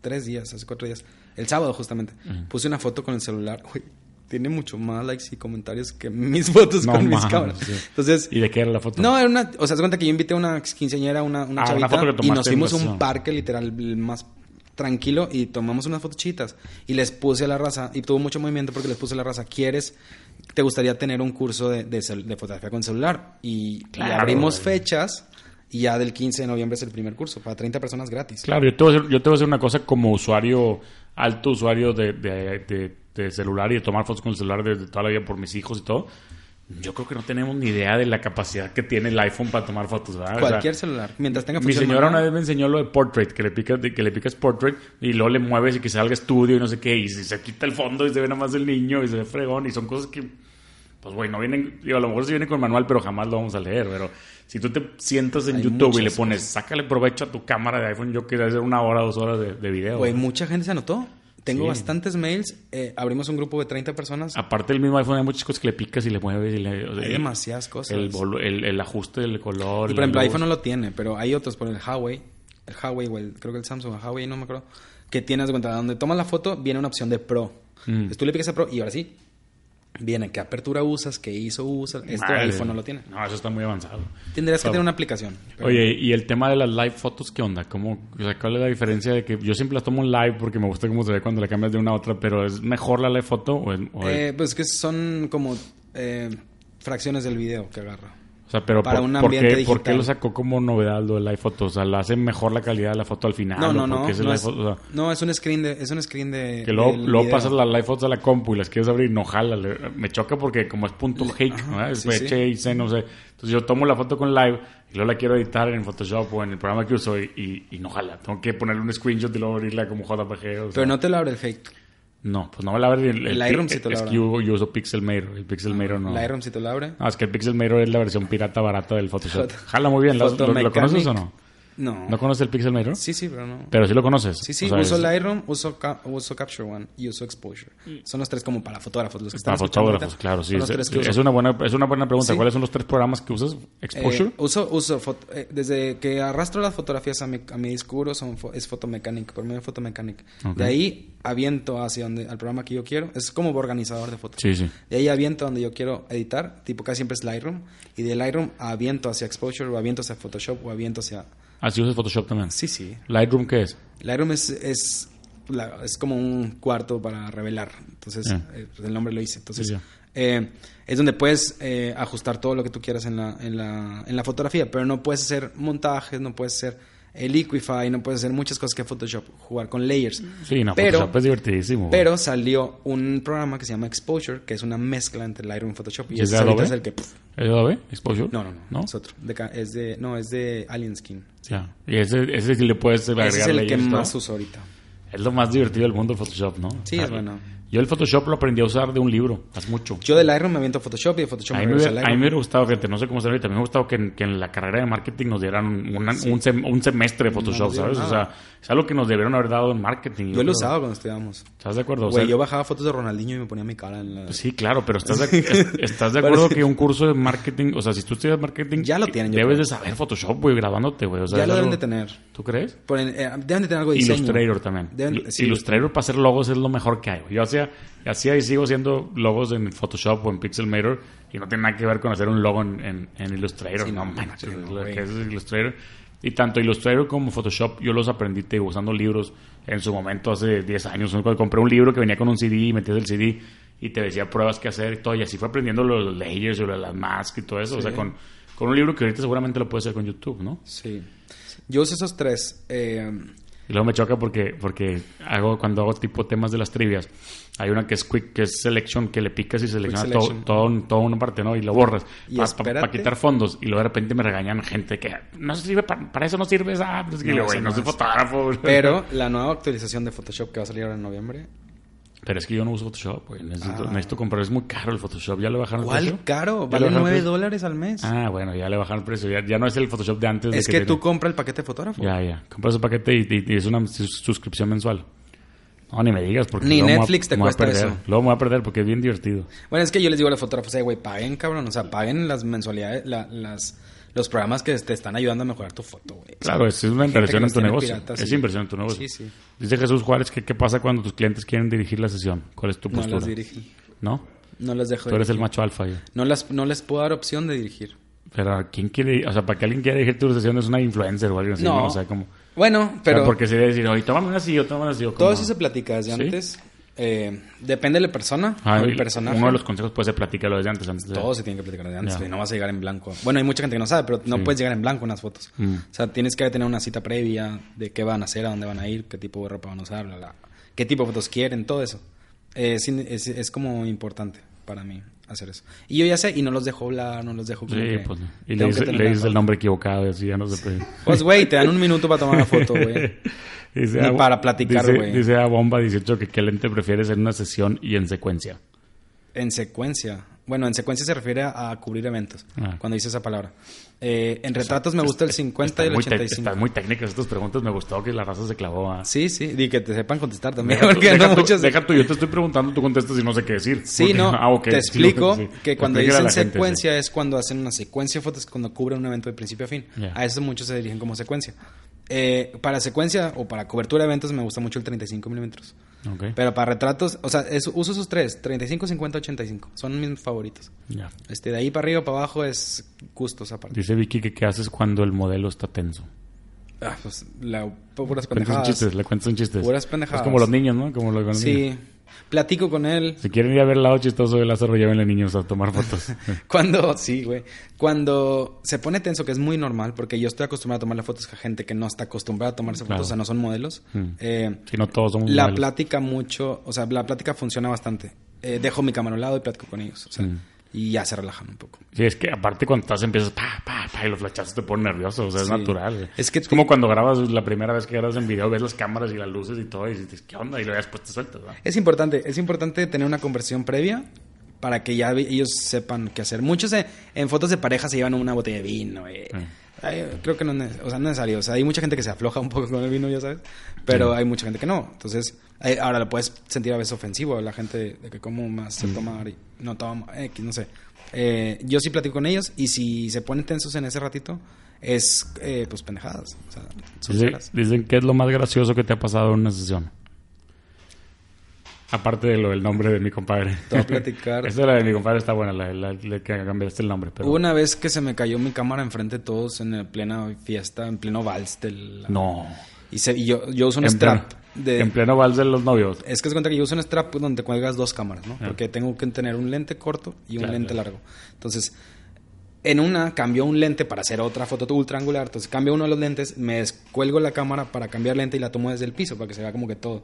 Speaker 2: tres días, hace cuatro días, el sábado justamente, puse una foto con el celular. Uy, tiene mucho más likes y comentarios que mis fotos
Speaker 1: No
Speaker 2: con mis
Speaker 1: mames,
Speaker 2: cámaras.
Speaker 1: sí.
Speaker 2: Entonces,
Speaker 1: ¿Y de qué era la foto?
Speaker 2: No, era una. O sea, se cuenta que yo invité a una ex quinceañera, una, una
Speaker 1: Ah, una
Speaker 2: chavita,
Speaker 1: foto que
Speaker 2: y
Speaker 1: tomaste
Speaker 2: nos fuimos a
Speaker 1: en
Speaker 2: un
Speaker 1: versión.
Speaker 2: parque literal el más tranquilo y tomamos unas fotos chitas. Y les puse a la raza, y tuvo mucho movimiento porque les puse a la raza, ¿quieres? ¿Te gustaría tener un curso de, de cel- de fotografía con celular? Y, y
Speaker 1: Claro,
Speaker 2: abrimos
Speaker 1: güey.
Speaker 2: fechas, y ya del 15 de noviembre es el primer curso, para 30 personas gratis.
Speaker 1: Claro, yo te, voy a hacer, yo te voy a hacer una cosa como usuario, alto usuario de, de- de- de celular y de tomar fotos con el celular desde toda la vida por mis hijos y todo. Yo creo que no tenemos ni idea de la capacidad que tiene el iPhone para tomar fotos, ¿verdad? O sea,
Speaker 2: Cualquier celular, mientras tenga
Speaker 1: mi
Speaker 2: función
Speaker 1: señora una
Speaker 2: manual.
Speaker 1: vez me enseñó lo de portrait, que le picas, de- que le picas portrait y luego le mueves y que salga estudio y no sé qué, y se, se quita el fondo y se ve nada más el niño y se ve fregón, y son cosas que, pues güey, no vienen, digo, a lo mejor sí vienen con manual, pero jamás lo vamos a leer, pero si tú te sientas en
Speaker 2: Hay
Speaker 1: YouTube y le
Speaker 2: muchas
Speaker 1: pones, sácale provecho a tu cámara de iPhone, yo quería hacer una hora, dos horas de, de video.
Speaker 2: Güey,
Speaker 1: ¿no?
Speaker 2: mucha gente se anotó. Tengo
Speaker 1: Sí. Ah,
Speaker 2: bastantes mails, eh, abrimos un grupo de 30 personas.
Speaker 1: Aparte el mismo iPhone hay muchas cosas que le picas y le mueves y le... o sea,
Speaker 2: Hay
Speaker 1: el-
Speaker 2: demasiadas cosas.
Speaker 1: pues, El, volu- el, el ajuste del color.
Speaker 2: Y
Speaker 1: la
Speaker 2: por ejemplo,
Speaker 1: luz.
Speaker 2: iPhone no lo tiene, pero hay otros, por el Huawei, el Huawei o el, creo que el Samsung, el Huawei, no me acuerdo, que tienes cuenta, donde tomas la foto viene una opción de Pro.
Speaker 1: Mm.
Speaker 2: Entonces tú le picas a Pro y ahora sí, viene qué apertura usas, qué ISO usas, este
Speaker 1: Madre.
Speaker 2: iPhone no lo tiene.
Speaker 1: No, eso está muy avanzado.
Speaker 2: Tendrías que
Speaker 1: Claro.
Speaker 2: tener una aplicación. pero- eh,
Speaker 1: Oye, y el tema de las live fotos, ¿qué onda? ¿Cómo, o sea, ¿Cuál es la diferencia de que yo siempre las tomo en live porque me gusta cómo se ve cuando la cambias de una a otra, pero es mejor la live foto o, es- o es-
Speaker 2: Eh, pues que son como eh, fracciones del video que agarra.
Speaker 1: o sea, pero
Speaker 2: para
Speaker 1: por,
Speaker 2: un
Speaker 1: por qué,
Speaker 2: ambiente
Speaker 1: por qué
Speaker 2: digital.
Speaker 1: lo sacó como novedad lo de live foto? O sea, ¿la hace mejor la calidad de la foto al final?
Speaker 2: No,
Speaker 1: ¿O
Speaker 2: no,
Speaker 1: por
Speaker 2: no.
Speaker 1: qué Ah, es el
Speaker 2: No
Speaker 1: live
Speaker 2: es,
Speaker 1: photo? O sea,
Speaker 2: no, es un screen de... Es un screen de
Speaker 1: que luego,
Speaker 2: del
Speaker 1: luego
Speaker 2: video.
Speaker 1: pasas las live fotos a la compu y las quieres abrir y no jala. le- me choca porque como es punto hake,
Speaker 2: ajá,
Speaker 1: ¿no? Es
Speaker 2: sí, sí.
Speaker 1: HIC, no sé. Entonces yo tomo la foto con live y luego la quiero editar en Photoshop o en el programa que uso y, y- y no jala. Tengo que ponerle un screenshot y luego abrirla como JPG. o sea.
Speaker 2: Pero no te lo abre el fake.
Speaker 1: No, pues no me la abre el,
Speaker 2: El
Speaker 1: el-
Speaker 2: Lightroom
Speaker 1: el-
Speaker 2: sí te lo
Speaker 1: Es
Speaker 2: abre.
Speaker 1: que yo, yo uso Pixelmator. El Pixelmator no.
Speaker 2: La Lightroom si te lo abre.
Speaker 1: Ah, es que el Pixelmator es la versión pirata barata del Photoshop.
Speaker 2: Foto-
Speaker 1: Jala muy bien. ¿Lo, lo- lo
Speaker 2: Photomechanic.
Speaker 1: conoces o no?
Speaker 2: No.
Speaker 1: ¿No conoces el Pixelmator?
Speaker 2: Sí, sí, pero no.
Speaker 1: Pero sí lo conoces.
Speaker 2: Sí, sí,
Speaker 1: O sea,
Speaker 2: uso
Speaker 1: es-
Speaker 2: Lightroom, uso, ca- uso Capture One y uso Exposure. Son los tres como para fotógrafos. Los que están
Speaker 1: Para
Speaker 2: escuchando
Speaker 1: fotógrafos,
Speaker 2: ahorita,
Speaker 1: claro, sí.
Speaker 2: son los
Speaker 1: Es,
Speaker 2: tres que
Speaker 1: es
Speaker 2: uso.
Speaker 1: una buena, es una buena pregunta.
Speaker 2: Sí.
Speaker 1: ¿Cuáles son los tres programas que usas? ¿Exposure?
Speaker 2: Eh, uso, uso fot- eh, desde que arrastro las fotografías a mi, a mi disco duro son fo- es Photomechanic, por medio de Photomechanic.
Speaker 1: Ok.
Speaker 2: De ahí aviento hacia donde, al programa que yo quiero. Es como organizador de fotos.
Speaker 1: sí, sí.
Speaker 2: De ahí aviento donde yo quiero editar, tipo casi siempre es Lightroom. Y de Lightroom aviento hacia Exposure o aviento hacia Photoshop o aviento hacia...
Speaker 1: Así Ah, usas Photoshop también.
Speaker 2: Sí, sí.
Speaker 1: ¿Lightroom qué es?
Speaker 2: Lightroom es, es, la- es como un cuarto para revelar. Entonces,
Speaker 1: Ya.
Speaker 2: eh, pues el nombre lo hice. Entonces,
Speaker 1: Ah. Sí, ya.
Speaker 2: eh, es donde puedes eh, ajustar todo lo que tú quieras en la, en, la, en la fotografía, pero no puedes hacer montajes, no puedes hacer el Liquify, no puedes hacer muchas cosas que Photoshop, jugar con layers.
Speaker 1: Sí, no,
Speaker 2: Pero-
Speaker 1: Photoshop es divertidísimo. güey.
Speaker 2: Pero salió un programa que se llama Exposure, que es una mezcla entre Lightroom y Photoshop.
Speaker 1: ¿Y
Speaker 2: Y
Speaker 1: es
Speaker 2: ese
Speaker 1: de
Speaker 2: ahorita
Speaker 1: Adobe?
Speaker 2: es el que... pff,
Speaker 1: ¿Es de Adobe? ¿Exposure?
Speaker 2: no, no, no,
Speaker 1: ¿No?
Speaker 2: Es otro. De ca- es de, no, es de Alien Skin.
Speaker 1: Ya. Y ese, ese sí le puedes agregar
Speaker 2: Ese es el que
Speaker 1: layers, ¿no?
Speaker 2: más uso ahorita.
Speaker 1: Es lo más divertido del mundo el Photoshop, ¿no? Ah,
Speaker 2: Sí, es bueno.
Speaker 1: Yo el Photoshop lo aprendí a usar de un libro, hace mucho.
Speaker 2: Yo del Lightroom me aviento a Photoshop y de Photoshop
Speaker 1: a
Speaker 2: me
Speaker 1: mí, me
Speaker 2: regreso al
Speaker 1: hubiera, a mí me
Speaker 2: Lightroom.
Speaker 1: hubiera gustado, gente, no sé cómo se ahorita, me hubiera gustado que, que en la carrera de marketing nos dieran un- una- un, sem- un semestre de Photoshop,
Speaker 2: nos dieron
Speaker 1: ¿sabes? O
Speaker 2: nada.
Speaker 1: sea, es algo que nos debieron haber dado en marketing.
Speaker 2: Yo lo
Speaker 1: creo.
Speaker 2: usaba cuando estudiábamos.
Speaker 1: ¿Estás de acuerdo? O
Speaker 2: Güey,
Speaker 1: sea, Pues
Speaker 2: yo bajaba fotos de Ronaldinho y me ponía mi cara en la...
Speaker 1: Sí, claro, pero estás de, es- estás de acuerdo
Speaker 2: Parece-
Speaker 1: que un curso de marketing, o sea, si tú estudias marketing,
Speaker 2: Ya lo tienen, yo
Speaker 1: debes
Speaker 2: creo.
Speaker 1: de saber Photoshop, güey, grabándote, güey. O sea,
Speaker 2: ya
Speaker 1: es
Speaker 2: lo deben
Speaker 1: algo-
Speaker 2: de tener.
Speaker 1: ¿Tú crees?
Speaker 2: Por en- eh, deben de tener algo de diseño.
Speaker 1: Illustrator también.
Speaker 2: Deben-
Speaker 1: Il-
Speaker 2: sí.
Speaker 1: Illustrator para hacer logos es lo mejor que hay. güey. Yo hacía, hacía y sigo haciendo logos en Photoshop o en Pixelmator y no tiene nada que ver con hacer un logo en, en- en Illustrator.
Speaker 2: Sí,
Speaker 1: no
Speaker 2: no
Speaker 1: manches,
Speaker 2: manches,
Speaker 1: lo
Speaker 2: güey.
Speaker 1: que es Illustrator. Y tanto Illustrator como Photoshop yo los aprendí te digo, usando libros en su momento hace 10 años. Cuando compré un libro que venía con un CD y metías el CD y te decía pruebas que hacer y todo. Y así fue aprendiendo los layers y lo de las masks y todo eso. O sea, con, con un libro que ahorita seguramente lo puedes hacer con YouTube, ¿no?
Speaker 2: Sí. Yo uso esos tres. Eh,
Speaker 1: Y luego me choca porque, porque hago, cuando hago tipo temas de las trivias, hay una que es quick, que es selection, que le picas y selecciona
Speaker 2: Quick
Speaker 1: todo,
Speaker 2: selection.
Speaker 1: todo, un- todo una parte, ¿no? Y lo borras.
Speaker 2: Y
Speaker 1: Para
Speaker 2: espérate.
Speaker 1: quitar fondos. Y luego de repente me regañan gente que no sirve pa- para eso no sirve esa. pues, que
Speaker 2: No,
Speaker 1: yo, güey,
Speaker 2: eso
Speaker 1: no,
Speaker 2: no
Speaker 1: soy
Speaker 2: es.
Speaker 1: fotógrafo. güey.
Speaker 2: pero la nueva actualización de Photoshop que va a salir ahora en noviembre.
Speaker 1: Pero es que yo no uso Photoshop, güey. Necesito,
Speaker 2: Ah.
Speaker 1: necesito comprar, es muy caro el Photoshop. ¿Ya le bajaron el precio?
Speaker 2: ¿Cuál caro?
Speaker 1: ¿Ya le
Speaker 2: Vale
Speaker 1: bajaron
Speaker 2: 9
Speaker 1: el precio?
Speaker 2: dólares al mes.
Speaker 1: Ah, bueno, ya le bajaron el precio. Ya, ya no es el Photoshop de antes. de
Speaker 2: es que,
Speaker 1: te-
Speaker 2: tú compras el paquete de fotógrafo.
Speaker 1: Ya, ya. Compras un paquete y, y- y es una sus- suscripción mensual. No, ni me digas. Porque
Speaker 2: Ni
Speaker 1: luego me voy a-
Speaker 2: Netflix te
Speaker 1: me voy a
Speaker 2: cuesta
Speaker 1: perder.
Speaker 2: eso.
Speaker 1: Luego me voy a perder porque es bien divertido.
Speaker 2: Bueno, es que yo les digo a los fotógrafos, eh, güey, paguen, cabrón. O sea, paguen las mensualidades, la- las, los programas que te están ayudando a mejorar tu foto, güey.
Speaker 1: Claro, es, es una
Speaker 2: Gente que
Speaker 1: inversión en
Speaker 2: los
Speaker 1: tu
Speaker 2: tiene
Speaker 1: negocio.
Speaker 2: piratas
Speaker 1: es
Speaker 2: y-
Speaker 1: inversión en tu negocio.
Speaker 2: Sí, sí.
Speaker 1: Dice Jesús Juárez que qué pasa cuando tus clientes quieren dirigir la sesión. ¿Cuál es tu
Speaker 2: No
Speaker 1: postura?
Speaker 2: las dirigí.
Speaker 1: ¿No?
Speaker 2: No las dejo.
Speaker 1: Tú eres el
Speaker 2: dirigir.
Speaker 1: macho alfa. yo.
Speaker 2: No las, no les puedo dar opción de dirigir.
Speaker 1: Pero ¿quién quiere? O sea, para que alguien quiera dirigir tu sesión es una influencer o alguien así. No.
Speaker 2: No.
Speaker 1: O sea, como...
Speaker 2: Bueno,
Speaker 1: Pero,
Speaker 2: pero
Speaker 1: porque se debe decir, oye, tómame una así, yo tómame una así. yo
Speaker 2: todo
Speaker 1: como-
Speaker 2: eso se platica desde
Speaker 1: ¿Sí?
Speaker 2: antes. Eh, depende de la persona,
Speaker 1: Ah,
Speaker 2: o
Speaker 1: y
Speaker 2: el personaje.
Speaker 1: Uno de los consejos pues, puede ser platicarlo desde antes. antes de-
Speaker 2: Todo se tiene que platicar desde antes.
Speaker 1: Ya.
Speaker 2: y No vas a llegar en blanco. Bueno, hay mucha gente que no sabe, pero no puedes llegar en blanco en las fotos.
Speaker 1: Mm.
Speaker 2: O sea, tienes que tener una cita previa de qué van a hacer, a dónde van a ir, qué tipo de ropa van a usar, bla, bla. qué tipo de fotos quieren, todo eso. Eh, es, in- es- es como importante para mí hacer eso. Y yo ya sé, y no los dejo hablar, no los dejo como
Speaker 1: Sí,
Speaker 2: que-
Speaker 1: pues, y le
Speaker 2: tengo que
Speaker 1: dices
Speaker 2: tener
Speaker 1: le
Speaker 2: la-
Speaker 1: dices el nombre equivocado y así ya no se puede.
Speaker 2: Pues, güey, te dan un minuto para tomar la foto, güey.
Speaker 1: Dice,
Speaker 2: Ni
Speaker 1: ah,
Speaker 2: para platicar,
Speaker 1: dice-
Speaker 2: güey.
Speaker 1: Dice a Bomba 18 que qué lente prefieres en una sesión y en secuencia.
Speaker 2: En secuencia. Bueno, en secuencia se refiere a, a cubrir eventos,
Speaker 1: Ah.
Speaker 2: cuando dice esa palabra. Eh, en retratos me gusta el 50 y el
Speaker 1: Están muy te-
Speaker 2: 85.
Speaker 1: Están muy técnicas estas preguntas. Me gustó que la raza se clavó. ah.
Speaker 2: Sí, sí, y que te sepan contestar también.
Speaker 1: Deja, tú,
Speaker 2: porque no
Speaker 1: deja tú-
Speaker 2: muchos-
Speaker 1: deja tú, yo te estoy preguntando, tú contestas y no sé qué decir.
Speaker 2: Sí,
Speaker 1: Porque-
Speaker 2: no,
Speaker 1: ah, ok,
Speaker 2: te
Speaker 1: sí, lo
Speaker 2: explico
Speaker 1: sí.
Speaker 2: que
Speaker 1: Explícale
Speaker 2: cuando
Speaker 1: a
Speaker 2: dicen
Speaker 1: la gente,
Speaker 2: secuencia es cuando hacen una secuencia de fotos, cuando cubren un evento de principio a fin.
Speaker 1: Ya.
Speaker 2: A eso muchos se dirigen como secuencia. Eh, para secuencia o para cobertura de eventos me gusta mucho el 35 milímetros.
Speaker 1: sí. Ok,
Speaker 2: Pero para retratos, o sea, es- uso esos tres, 35, 50, 85. Son mis favoritos.
Speaker 1: ya.
Speaker 2: Este, de ahí para arriba, para abajo es gustos aparte.
Speaker 1: Dice Vicky que qué haces cuando el modelo está tenso.
Speaker 2: Ah, pues, la, puras
Speaker 1: Le cuentas un
Speaker 2: pendejadas.
Speaker 1: chistes, le cuentas un chiste.
Speaker 2: Puras pendejadas.
Speaker 1: Es como los niños, ¿no? Como los, con los niños.
Speaker 2: Sí, platico con él.
Speaker 1: Si quieren ir a ver el lado chistoso de Lázaro, llévenle niños a tomar fotos.
Speaker 2: Cuando, sí, güey. Cuando se pone tenso, que es muy normal, porque yo estoy acostumbrado a tomarle fotos a gente que no está acostumbrada a tomarse
Speaker 1: Claro.
Speaker 2: fotos, o sea, no son modelos.
Speaker 1: Mm.
Speaker 2: Eh,
Speaker 1: si no, todos somos
Speaker 2: la
Speaker 1: malos.
Speaker 2: plática mucho, o sea, la plática funciona bastante. Eh, dejo mi cámara a un lado y platico con ellos, o sea,
Speaker 1: Mm.
Speaker 2: y ya se relajan un poco.
Speaker 1: Sí, es que aparte cuando estás empiezas pa, pa, pa, y los flachazos te ponen nervioso, o sea, es
Speaker 2: Sí.
Speaker 1: natural. güey.
Speaker 2: Es que te-
Speaker 1: como cuando grabas la primera vez que grabas en video, ves las cámaras y las luces y todo, y dices, ¿qué onda? Y luego después te sueltas, ¿no?
Speaker 2: Es importante, es importante tener una conversación previa para que ya vi- ellos sepan qué hacer. Muchos se- en fotos de pareja se llevan una botella de vino. eh. Ay, creo que no es, ne- o sea, no es necesario. O sea, hay mucha gente que se afloja un poco con el vino, ya sabes. Pero hay mucha gente que no. Entonces, eh, ahora lo puedes sentir a veces ofensivo a la gente de, de que como más se toma y no toma X, no sé. Eh, yo sí platico con ellos y si se ponen tensos en ese ratito, es eh, pues pendejadas. O sea, son
Speaker 1: Dice-
Speaker 2: caras.
Speaker 1: dicen que es lo más gracioso que te ha pasado en una sesión. Aparte de lo del nombre de mi compadre.
Speaker 2: Te voy a platicar.
Speaker 1: Esa la de mi compadre está buena, la, la- la que cambiaste el nombre. Pero...
Speaker 2: Hubo una vez que se me cayó mi cámara enfrente de todos en el plena fiesta, en pleno vals del...
Speaker 1: No.
Speaker 2: Y, se- y yo, yo uso un
Speaker 1: En pleno,
Speaker 2: strap de...
Speaker 1: en pleno vals de los novios.
Speaker 2: Es que se cuenta que yo uso un strap donde cuelgas dos cámaras, ¿no? Porque tengo que tener un lente corto y un
Speaker 1: Ah. Claro,
Speaker 2: lente largo. Entonces, en una cambió un lente para hacer otra foto ultra angular. Entonces, cambio uno de los lentes, me descuelgo la cámara para cambiar lente y la tomo desde el piso para que se vea como que todo.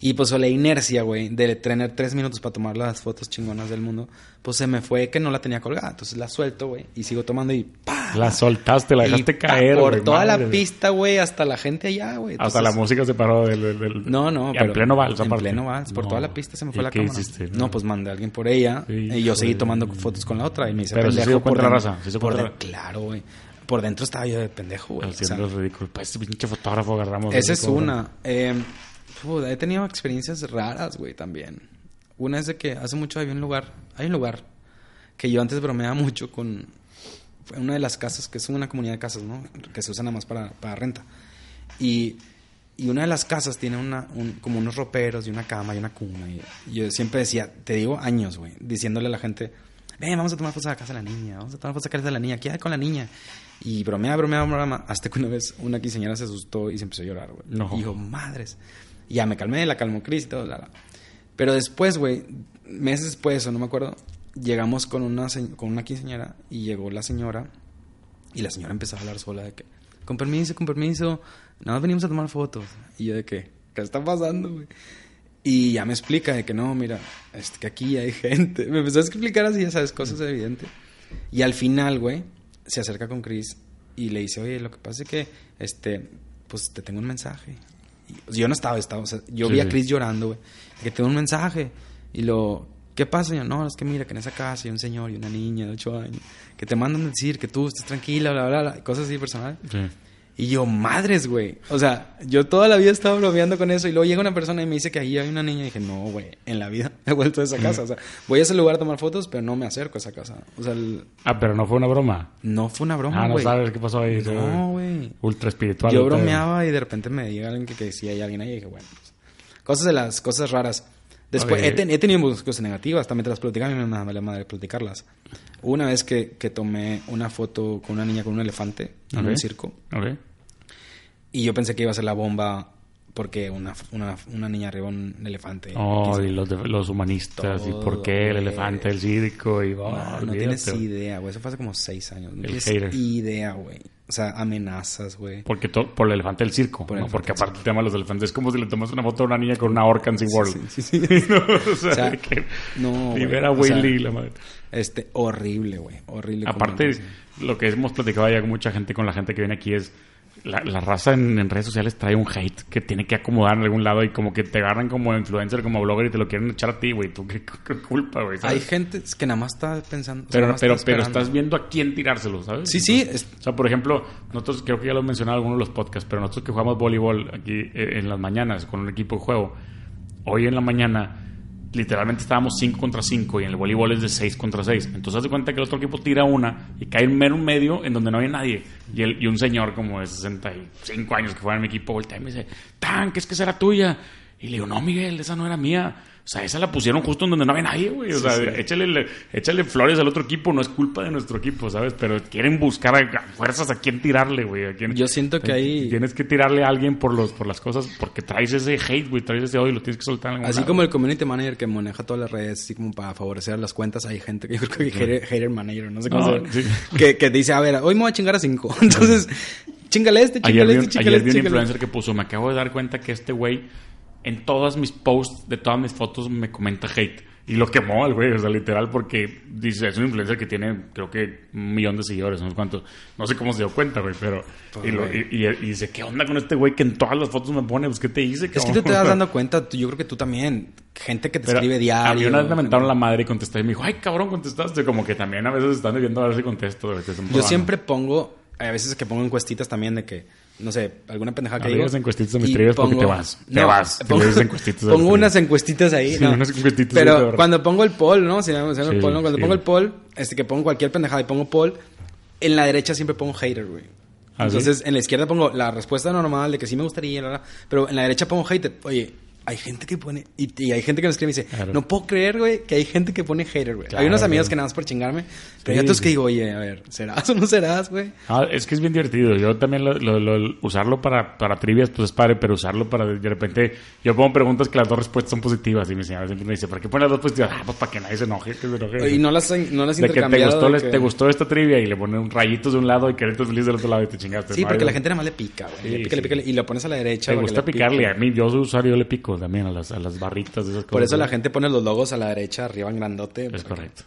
Speaker 2: Y pues la inercia, güey, de tener tres minutos para tomar las fotos chingonas del mundo, pues se me fue que no la tenía colgada. Entonces la suelto, güey, y sigo tomando y ¡pa!
Speaker 1: La soltaste, la
Speaker 2: Y
Speaker 1: dejaste
Speaker 2: pa-
Speaker 1: caer.
Speaker 2: Por
Speaker 1: güey,
Speaker 2: toda
Speaker 1: madre.
Speaker 2: la pista, güey, hasta la gente allá, güey.
Speaker 1: Hasta
Speaker 2: Entonces,
Speaker 1: la música se paró del. del- del-
Speaker 2: No, no,
Speaker 1: y En pleno vals,
Speaker 2: En
Speaker 1: aparte.
Speaker 2: pleno vals. Por
Speaker 1: No.
Speaker 2: toda la pista se me fue
Speaker 1: ¿Y
Speaker 2: la
Speaker 1: qué
Speaker 2: cámara.
Speaker 1: hiciste?
Speaker 2: No, pues mandé a alguien por ella.
Speaker 1: Sí,
Speaker 2: y yo seguí
Speaker 1: joder.
Speaker 2: tomando fotos con la otra. Y me hice
Speaker 1: Pero sí se
Speaker 2: pendejo.
Speaker 1: dio cuenta
Speaker 2: por
Speaker 1: la
Speaker 2: dentro.
Speaker 1: raza, sí se
Speaker 2: por
Speaker 1: cuenta
Speaker 2: de-
Speaker 1: la-
Speaker 2: Claro, güey. Por dentro estaba yo de pendejo, güey. O sea,
Speaker 1: Haciendo el ridículo. Pues ese pinche fotógrafo agarramos.
Speaker 2: esa
Speaker 1: así
Speaker 2: es
Speaker 1: como-
Speaker 2: una. Eh, puta, he tenido experiencias raras, güey, también. Una es de que hace mucho había un lugar, hay un lugar que yo antes bromeaba mucho con fue una de las casas, que es una comunidad de casas, ¿no? Que se usa nada más para, para renta. Y, y una de las casas tiene una, un- como unos roperos y una cama y una cuna. Y, y yo siempre decía, te digo años, güey, diciéndole a la gente, ven, vamos a tomar fotos a la casa de la niña, vamos a tomar fotos a la casa de la niña, ¿qué hay con la niña? Y bromea, bromea, bromea, hasta que una vez una quinceañera se asustó y se empezó a llorar, güey.
Speaker 1: No.
Speaker 2: Y yo, madres. Y ya me calmé, la calmó Cris y todo, la, la. Pero después, güey, meses después, o no me acuerdo, llegamos con una, se- con una quinceañera y llegó la señora y la señora empezó a hablar sola de que, con permiso, con permiso, nada más venimos a tomar fotos. Y yo de que, ¿qué está pasando, güey? Y ya me explica de que no, mira, es que aquí hay gente. Me empezó a explicar así, ya sabes, cosas evidentes. Y al final, güey, se acerca con Chris y le dice, oye, lo que pasa es que, este, pues te tengo un mensaje. Y, o sea, yo no estaba, estaba, o sea, yo
Speaker 1: Sí,
Speaker 2: vi a
Speaker 1: sí.
Speaker 2: Chris llorando, güey, que tengo un mensaje. Y lo, ¿qué pasa? Y yo, no, es que mira, que en esa casa hay un señor y una niña de 8 años, que te mandan decir que tú estés tranquila, bla, bla, bla, y cosas así personales.
Speaker 1: Sí.
Speaker 2: Y yo, madres, güey. O sea, yo toda la vida estaba bromeando con eso. Y luego llega una persona y me dice que ahí hay una niña. Y dije, no, güey, en la vida he vuelto a esa casa. O sea, voy a ese lugar a tomar fotos, pero no me acerco a esa casa. O sea, el-
Speaker 1: Ah, pero no fue una broma.
Speaker 2: no fue una broma,
Speaker 1: ah, no
Speaker 2: güey.
Speaker 1: sabes qué pasó ahí.
Speaker 2: No, güey.
Speaker 1: Ultra espiritual.
Speaker 2: Yo
Speaker 1: ultra-
Speaker 2: bromeaba y de repente me llega alguien que, que sí hay alguien ahí. Y dije, bueno, pues, cosas de las cosas raras. Después,
Speaker 1: Oye.
Speaker 2: he, ten- he tenido muchas cosas negativas. También te las platicaba. A mí me da la madre platicarlas. Una vez que, que tomé una foto con una niña con un elefante en
Speaker 1: Ok.
Speaker 2: un circo.
Speaker 1: Ok.
Speaker 2: Y yo pensé que iba a ser la bomba porque una, una, una niña arriba un elefante.
Speaker 1: Oh,
Speaker 2: Quién
Speaker 1: y
Speaker 2: sabe.
Speaker 1: los, de- los humanistas, y por
Speaker 2: Todo,
Speaker 1: qué el
Speaker 2: güey.
Speaker 1: elefante, el circo, y oh,
Speaker 2: No, no
Speaker 1: olvídate,
Speaker 2: tienes
Speaker 1: güey.
Speaker 2: idea, güey. Eso fue hace como seis años. No
Speaker 1: El
Speaker 2: tienes
Speaker 1: hater.
Speaker 2: idea, güey. O sea, amenazas, güey.
Speaker 1: Porque to- por el elefante del circo,
Speaker 2: Por el
Speaker 1: ¿no?
Speaker 2: elefante
Speaker 1: porque
Speaker 2: del
Speaker 1: aparte el tema de los elefantes es como si le tomas una foto a una niña con una orca en SeaWorld.
Speaker 2: Sí, sí, sí.
Speaker 1: ¿No? O sea,
Speaker 2: O sea,
Speaker 1: de que
Speaker 2: no, güey.
Speaker 1: libera a
Speaker 2: O sea,
Speaker 1: Willy y la madre.
Speaker 2: Este, horrible, güey. Horrible.
Speaker 1: Aparte,
Speaker 2: completamente.
Speaker 1: lo que hemos platicado ya con mucha gente, con la gente que viene aquí, es la, la raza en, en redes sociales trae un hate que tiene que acomodar en algún lado y como que te agarran como influencer, como blogger y te lo quieren echar a ti, güey. ¿Tú qué, qué culpa, güey?
Speaker 2: Hay
Speaker 1: ¿sabes?
Speaker 2: gente que nada más está pensando. o sea,
Speaker 1: Pero,
Speaker 2: nada más
Speaker 1: pero,
Speaker 2: está
Speaker 1: pero
Speaker 2: esperando.
Speaker 1: estás viendo a quién tirárselo, ¿sabes?
Speaker 2: Sí, sí. es-
Speaker 1: O sea, por ejemplo, nosotros creo que ya lo he mencionado en algunos de los podcasts, pero nosotros que jugamos voleibol aquí eh, en las mañanas con un equipo de juego, hoy en la mañana literalmente estábamos 5 contra 5 y en el voleibol es de 6 contra 6. Entonces haz de cuenta que el otro equipo tira una y cae en mero medio en donde no hay nadie. Y, el- y un señor como de 65 años que juega en mi equipo voltea y me dice, tan, que es que será tuya. Y le digo, no, Miguel, esa no era mía. O sea, esa la pusieron justo en donde no había nadie, güey. O sea, Échale, le- échale flores al otro equipo, no es culpa de nuestro equipo, ¿sabes? Pero quieren buscar a, a fuerzas a quién tirarle, güey. a quién-
Speaker 2: Yo siento que ahí-
Speaker 1: Tienes que tirarle a alguien por, los, por las cosas, porque traes ese hate, güey, traes ese odio y lo tienes que soltar en algún
Speaker 2: Así
Speaker 1: lado.
Speaker 2: como el community manager que maneja todas las redes, así como para favorecer a las cuentas, hay gente que yo creo que hater, hater manager, no sé cómo
Speaker 1: No,
Speaker 2: se llama,
Speaker 1: sí.
Speaker 2: que, que dice, a ver, hoy me voy a chingar a cinco. Entonces, chingale este,
Speaker 1: Ayer
Speaker 2: chingale
Speaker 1: vi, un,
Speaker 2: este, chingale
Speaker 1: ayer vi
Speaker 2: este.
Speaker 1: un
Speaker 2: chingale
Speaker 1: influencer que puso, me acabo de dar cuenta que este güey en todas mis posts de todas mis fotos me comenta hate. Y lo quemó al güey, o sea, literal, porque dice, es un influencer que tiene, creo que, un millón de seguidores, no sé cuántos. No sé cómo se dio cuenta, güey, pero...
Speaker 2: Pues,
Speaker 1: y, lo-
Speaker 2: güey.
Speaker 1: y- y- y dice, ¿qué onda con este güey que en todas las fotos me pone? Pues, ¿qué te hice?
Speaker 2: Es que tú
Speaker 1: cabrón?"
Speaker 2: te vas dando cuenta, tú- yo creo que tú también, gente que te
Speaker 1: Pero
Speaker 2: escribe diario.
Speaker 1: A mí una vez me mentaron la madre y contesté, y me dijo, ay, cabrón, contestaste. Como que también a veces están debiendo a ver si contesto. güey, te están
Speaker 2: Yo
Speaker 1: probando.
Speaker 2: siempre pongo, a veces que pongo encuestitas también de que, no sé, alguna pendejada que
Speaker 1: No
Speaker 2: digo.
Speaker 1: digas encuestitas a mis
Speaker 2: y
Speaker 1: trivias porque te vas, te vas. Si le
Speaker 2: Pongo,
Speaker 1: dices encuestitas a mis
Speaker 2: pongo
Speaker 1: trivias.
Speaker 2: unas encuestitas ahí,
Speaker 1: Sí,
Speaker 2: ¿no?
Speaker 1: unas encuestitas ahí,
Speaker 2: Pero
Speaker 1: cabrón.
Speaker 2: cuando pongo el poll, ¿no? Se llama, se llama el
Speaker 1: Sí,
Speaker 2: poll, ¿no? Cuando
Speaker 1: sí.
Speaker 2: pongo el poll, este que pongo cualquier pendejada y pongo poll, en la derecha siempre pongo hater, güey.
Speaker 1: ¿Ah, sí?
Speaker 2: Entonces, en la izquierda pongo la respuesta normal de que sí me gustaría, la, la, pero en la derecha pongo hater. Oye, hay gente que pone, y, y hay gente que me escribe y dice,
Speaker 1: Claro.
Speaker 2: no puedo creer, güey, que hay gente que pone hater, güey. hay
Speaker 1: Claro,
Speaker 2: unos amigos
Speaker 1: güey.
Speaker 2: que nada más por chingarme, pero hay
Speaker 1: Sí,
Speaker 2: otros que
Speaker 1: sí.
Speaker 2: digo, oye, a ver, ¿serás o no serás, güey?
Speaker 1: Ah, es que es bien divertido. Yo también lo- lo- lo- usarlo para, para trivias, pues es padre, pero usarlo para de repente. Yo pongo preguntas que las dos respuestas son positivas. Y mi señora siempre me dice, ¿para qué pones las dos positivas? Ah, pues para que nadie se enoje, que se enoje.
Speaker 2: Y no las, no las
Speaker 1: de que te
Speaker 2: intercambiado,
Speaker 1: gustó,
Speaker 2: de
Speaker 1: les-
Speaker 2: que-
Speaker 1: te gustó esta trivia y le ponen un rayito de un lado y quererte feliz del otro lado y te chingaste.
Speaker 2: Sí,
Speaker 1: ¿no?
Speaker 2: porque
Speaker 1: Y-
Speaker 2: la gente nada más le pica, güey.
Speaker 1: Sí,
Speaker 2: le pica, le
Speaker 1: sí.
Speaker 2: pica, le- y lo pones a la derecha.
Speaker 1: Te
Speaker 2: para que
Speaker 1: gusta
Speaker 2: le pique.
Speaker 1: picarle. A mí, yo soy usuario, yo le pico. símbolo también, a las, a las barritas de esas cosas.
Speaker 2: Por eso la gente pone los logos a la derecha, arriba en grandote.
Speaker 1: Es
Speaker 2: porque-
Speaker 1: correcto.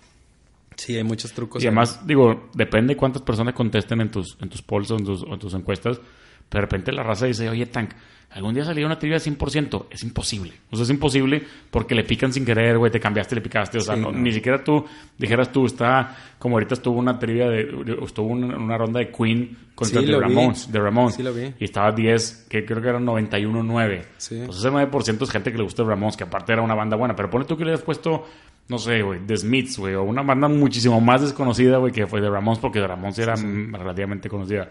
Speaker 2: Sí, hay muchos trucos.
Speaker 1: Y además, digo, depende cuántas personas contesten en tus, en tus polls o en tus, o en tus encuestas. Pero de repente la raza dice, oye, Tank, ¿algún día salió una trivia de 100%? Es imposible. O sea, es imposible porque le pican sin querer, güey, te cambiaste, le picaste. O sea,
Speaker 2: Sí,
Speaker 1: no-
Speaker 2: no.
Speaker 1: ni siquiera tú dijeras tú, está como ahorita estuvo una trivia, de, estuvo una, una ronda de Queen contra
Speaker 2: Sí,
Speaker 1: The
Speaker 2: lo vi.
Speaker 1: Ramones. The Ramones.
Speaker 2: Sí, lo vi.
Speaker 1: Y estaba 10, que creo que eran 91-9.
Speaker 2: Sí.
Speaker 1: Pues ese 9% es gente que le gusta Ramones, que aparte era una banda buena. Pero ponle tú que le hayas puesto, no sé, güey, The Smiths, güey, o una banda muchísimo más desconocida, güey, que fue de Ramones, porque de Ramones era mm, relativamente conocida.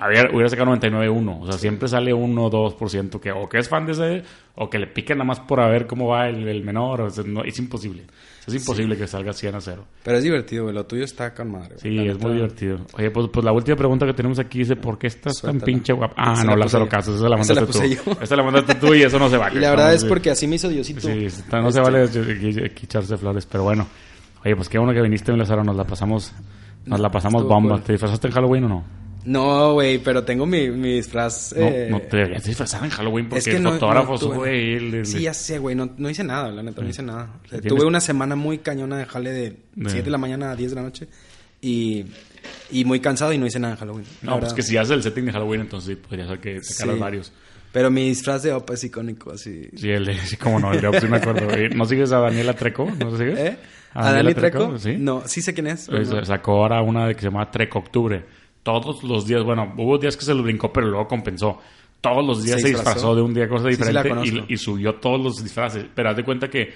Speaker 1: Había, hubiera sacado 99.1. O sea, siempre sale 1 o 2% que o que es fan de ese, o que le pica nada más por a ver cómo va el, el menor. o sea, no, es imposible. O sea, es imposible que salga 100 a 0.
Speaker 2: Pero es divertido, güey. Lo tuyo está con madre. güey.
Speaker 1: Sí,
Speaker 2: La
Speaker 1: es
Speaker 2: neta.
Speaker 1: muy divertido. Oye, pues, pues la última pregunta que tenemos aquí dice, ¿por qué estás
Speaker 2: Suéltala.
Speaker 1: tan pinche guapa? Ah,
Speaker 2: Esa
Speaker 1: no,
Speaker 2: la
Speaker 1: la
Speaker 2: puse
Speaker 1: cero
Speaker 2: yo.
Speaker 1: casos, esa la
Speaker 2: Esa la
Speaker 1: mandaste
Speaker 2: puse
Speaker 1: tú.
Speaker 2: yo.
Speaker 1: Esa la mandaste tú y eso no se va.
Speaker 2: Y la verdad es
Speaker 1: estamos-
Speaker 2: porque así Este. me hizo Diosito.
Speaker 1: Sí, está- no se vale aquí- aquí echarse flores, pero bueno. Oye, pues qué bueno que viniste, mi Lázaro, nos la pasamos, nos la pasamos
Speaker 2: Estuvo
Speaker 1: bomba.
Speaker 2: cool.
Speaker 1: ¿Te disfrazaste en Halloween o no?
Speaker 2: No, güey, pero tengo mi, mi disfraz.
Speaker 1: No,
Speaker 2: eh,
Speaker 1: no te deberías disfrazar en Halloween porque
Speaker 2: es que
Speaker 1: el
Speaker 2: no-
Speaker 1: fotógrafo
Speaker 2: no tuve-
Speaker 1: sube el- el-
Speaker 2: Sí, ya sé, güey. No, no hice nada, la neta, no hice nada. O sea,
Speaker 1: ¿Tienes-
Speaker 2: tuve una semana muy cañona de jale de
Speaker 1: De-
Speaker 2: 7 de la mañana a 10 de la noche. Y, y muy cansado y no hice nada en Halloween.
Speaker 1: No,
Speaker 2: la
Speaker 1: pues
Speaker 2: verdad.
Speaker 1: que si haces el setting de Halloween, entonces sí, podría ser que sacaras
Speaker 2: Sí.
Speaker 1: varios.
Speaker 2: Pero mi disfraz de Opa es icónico, así.
Speaker 1: Sí, el, sí, como no, el de Ops, sí me acuerdo. Eh, ¿No sigues a Daniela Treco? ¿No te sigues?
Speaker 2: ¿Eh? ¿A Dani Treco?
Speaker 1: Sí.
Speaker 2: No, sí sé quién es. pero
Speaker 1: Eh,
Speaker 2: no.
Speaker 1: sa- Sacó ahora una de que se llama Treco Octubre. Todos los días, bueno, hubo días que se lo brincó, pero luego compensó. Todos los días
Speaker 2: Se
Speaker 1: se, disfrazó.
Speaker 2: disfrazó
Speaker 1: de un día cosa
Speaker 2: Sí, sí, la
Speaker 1: diferente y-
Speaker 2: conozco.
Speaker 1: y, subió todos los disfraces. Pero haz de cuenta que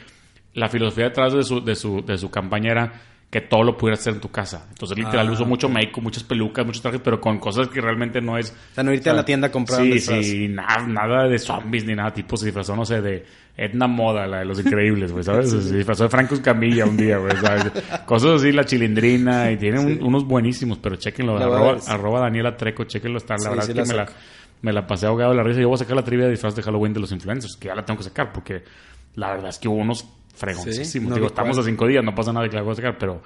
Speaker 1: la filosofía detrás de su, de su, de su campaña era que todo lo pudieras hacer en tu casa. Entonces, literal,
Speaker 2: Ah,
Speaker 1: usó mucho make muchas pelucas, muchos trajes, pero con cosas que realmente no es
Speaker 2: O sea, no irte a la tienda a comprar un
Speaker 1: Ah, Sí,
Speaker 2: disfraz.
Speaker 1: sí, nada, nada de zombies ni nada. Tipo se disfrazó, no sé, de Edna Moda, la de los increíbles, güey, ¿sabes? Se disfrazó de Franco Escamilla un día, güey, ¿sabes? Cosas así, la chilindrina. Y tiene un- unos buenísimos, pero chequenlo.
Speaker 2: La voy a
Speaker 1: Arroba,
Speaker 2: ver.
Speaker 1: arroba Daniela Treco, chequenlo. Está, la
Speaker 2: Sí,
Speaker 1: verdad
Speaker 2: sí
Speaker 1: es que
Speaker 2: la
Speaker 1: me la,
Speaker 2: saco.
Speaker 1: me la pasé ahogado de la risa. Yo voy a sacar la trivia de disfraz de Halloween de los influencers, que ya la tengo que sacar porque la verdad es que hubo unos fregoncísimos.
Speaker 2: Sí, no
Speaker 1: Digo,
Speaker 2: vi
Speaker 1: estamos
Speaker 2: cuál.
Speaker 1: a cinco días, no pasa nada que la voy a sacar, pero...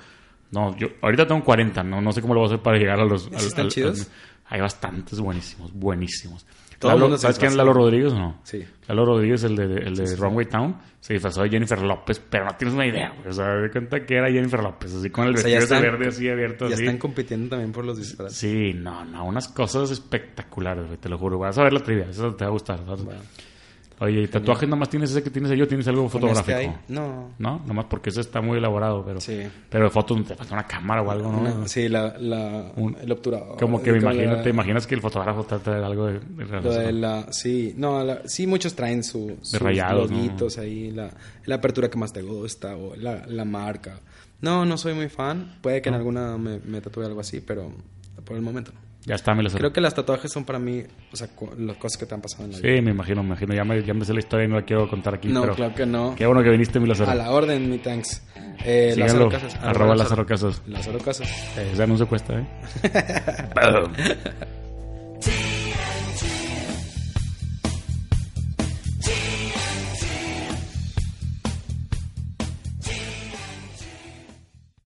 Speaker 1: No, yo ahorita tengo 40, no, no sé cómo lo voy a hacer para llegar a los... al-
Speaker 2: ¿Están
Speaker 1: al-
Speaker 2: chidos?
Speaker 1: al- hay bastantes buenísimos, buenísimos.
Speaker 2: Todo el
Speaker 1: Lalo-
Speaker 2: mundo se
Speaker 1: ¿Sabes quién es
Speaker 2: disfraza.
Speaker 1: Lalo Rodríguez o no?
Speaker 2: Sí.
Speaker 1: Lalo Rodríguez, el de, el de Runway Town, se disfrazó de Jennifer López, pero no tienes una idea, güey. O sea, de cuenta que era Jennifer López, así con el
Speaker 2: O sea,
Speaker 1: vestido
Speaker 2: ya
Speaker 1: ese
Speaker 2: están-
Speaker 1: verde así abierto,
Speaker 2: Ya
Speaker 1: así.
Speaker 2: están compitiendo también por los disfraces.
Speaker 1: Sí, no, no, unas cosas espectaculares, güey, te lo juro. Vas a ver la trivia, eso te va a gustar. vas a-
Speaker 2: Bueno,
Speaker 1: Oye, ¿y tatuajes nomás tienes ese que tienes ahí o tienes algo
Speaker 2: ¿con este
Speaker 1: fotográfico?
Speaker 2: hay? No.
Speaker 1: No, nomás porque ese está muy elaborado, pero...
Speaker 2: Sí.
Speaker 1: Pero de fotos te falta una cámara o algo, ¿no?
Speaker 2: Una- sí, la, la,
Speaker 1: Ah. Un-
Speaker 2: el obturador.
Speaker 1: Como que me
Speaker 2: Como
Speaker 1: imagino,
Speaker 2: la-
Speaker 1: te imaginas que el fotógrafo trata de algo de... de
Speaker 2: Lo de
Speaker 1: relación.
Speaker 2: la, sí, no, la- sí, muchos traen su, sus
Speaker 1: rayados, ¿no?
Speaker 2: loguitos ahí, la, la apertura que más te gusta o la, la marca. No, no soy muy fan. Puede que en alguna me, me tatúe algo así, pero por el momento no.
Speaker 1: Ya está, me lo sé.
Speaker 2: Creo que las tatuajes son para mí, o sea, cu- las cosas que te han pasado en la vida.
Speaker 1: Sí, me imagino, me imagino. Ya me, ya me sé la historia y no la quiero contar aquí.
Speaker 2: no,
Speaker 1: pero
Speaker 2: claro que no.
Speaker 1: Qué bueno que viniste, mi
Speaker 2: A
Speaker 1: Lázaro.
Speaker 2: la orden, mi thanks. Eh,
Speaker 1: Síganlo,
Speaker 2: Lázaro Casas.
Speaker 1: arroba Lázaro Casas.
Speaker 2: Lázaro Casas.
Speaker 1: Eh, Ese anuncio cuesta, ¿eh? Boom.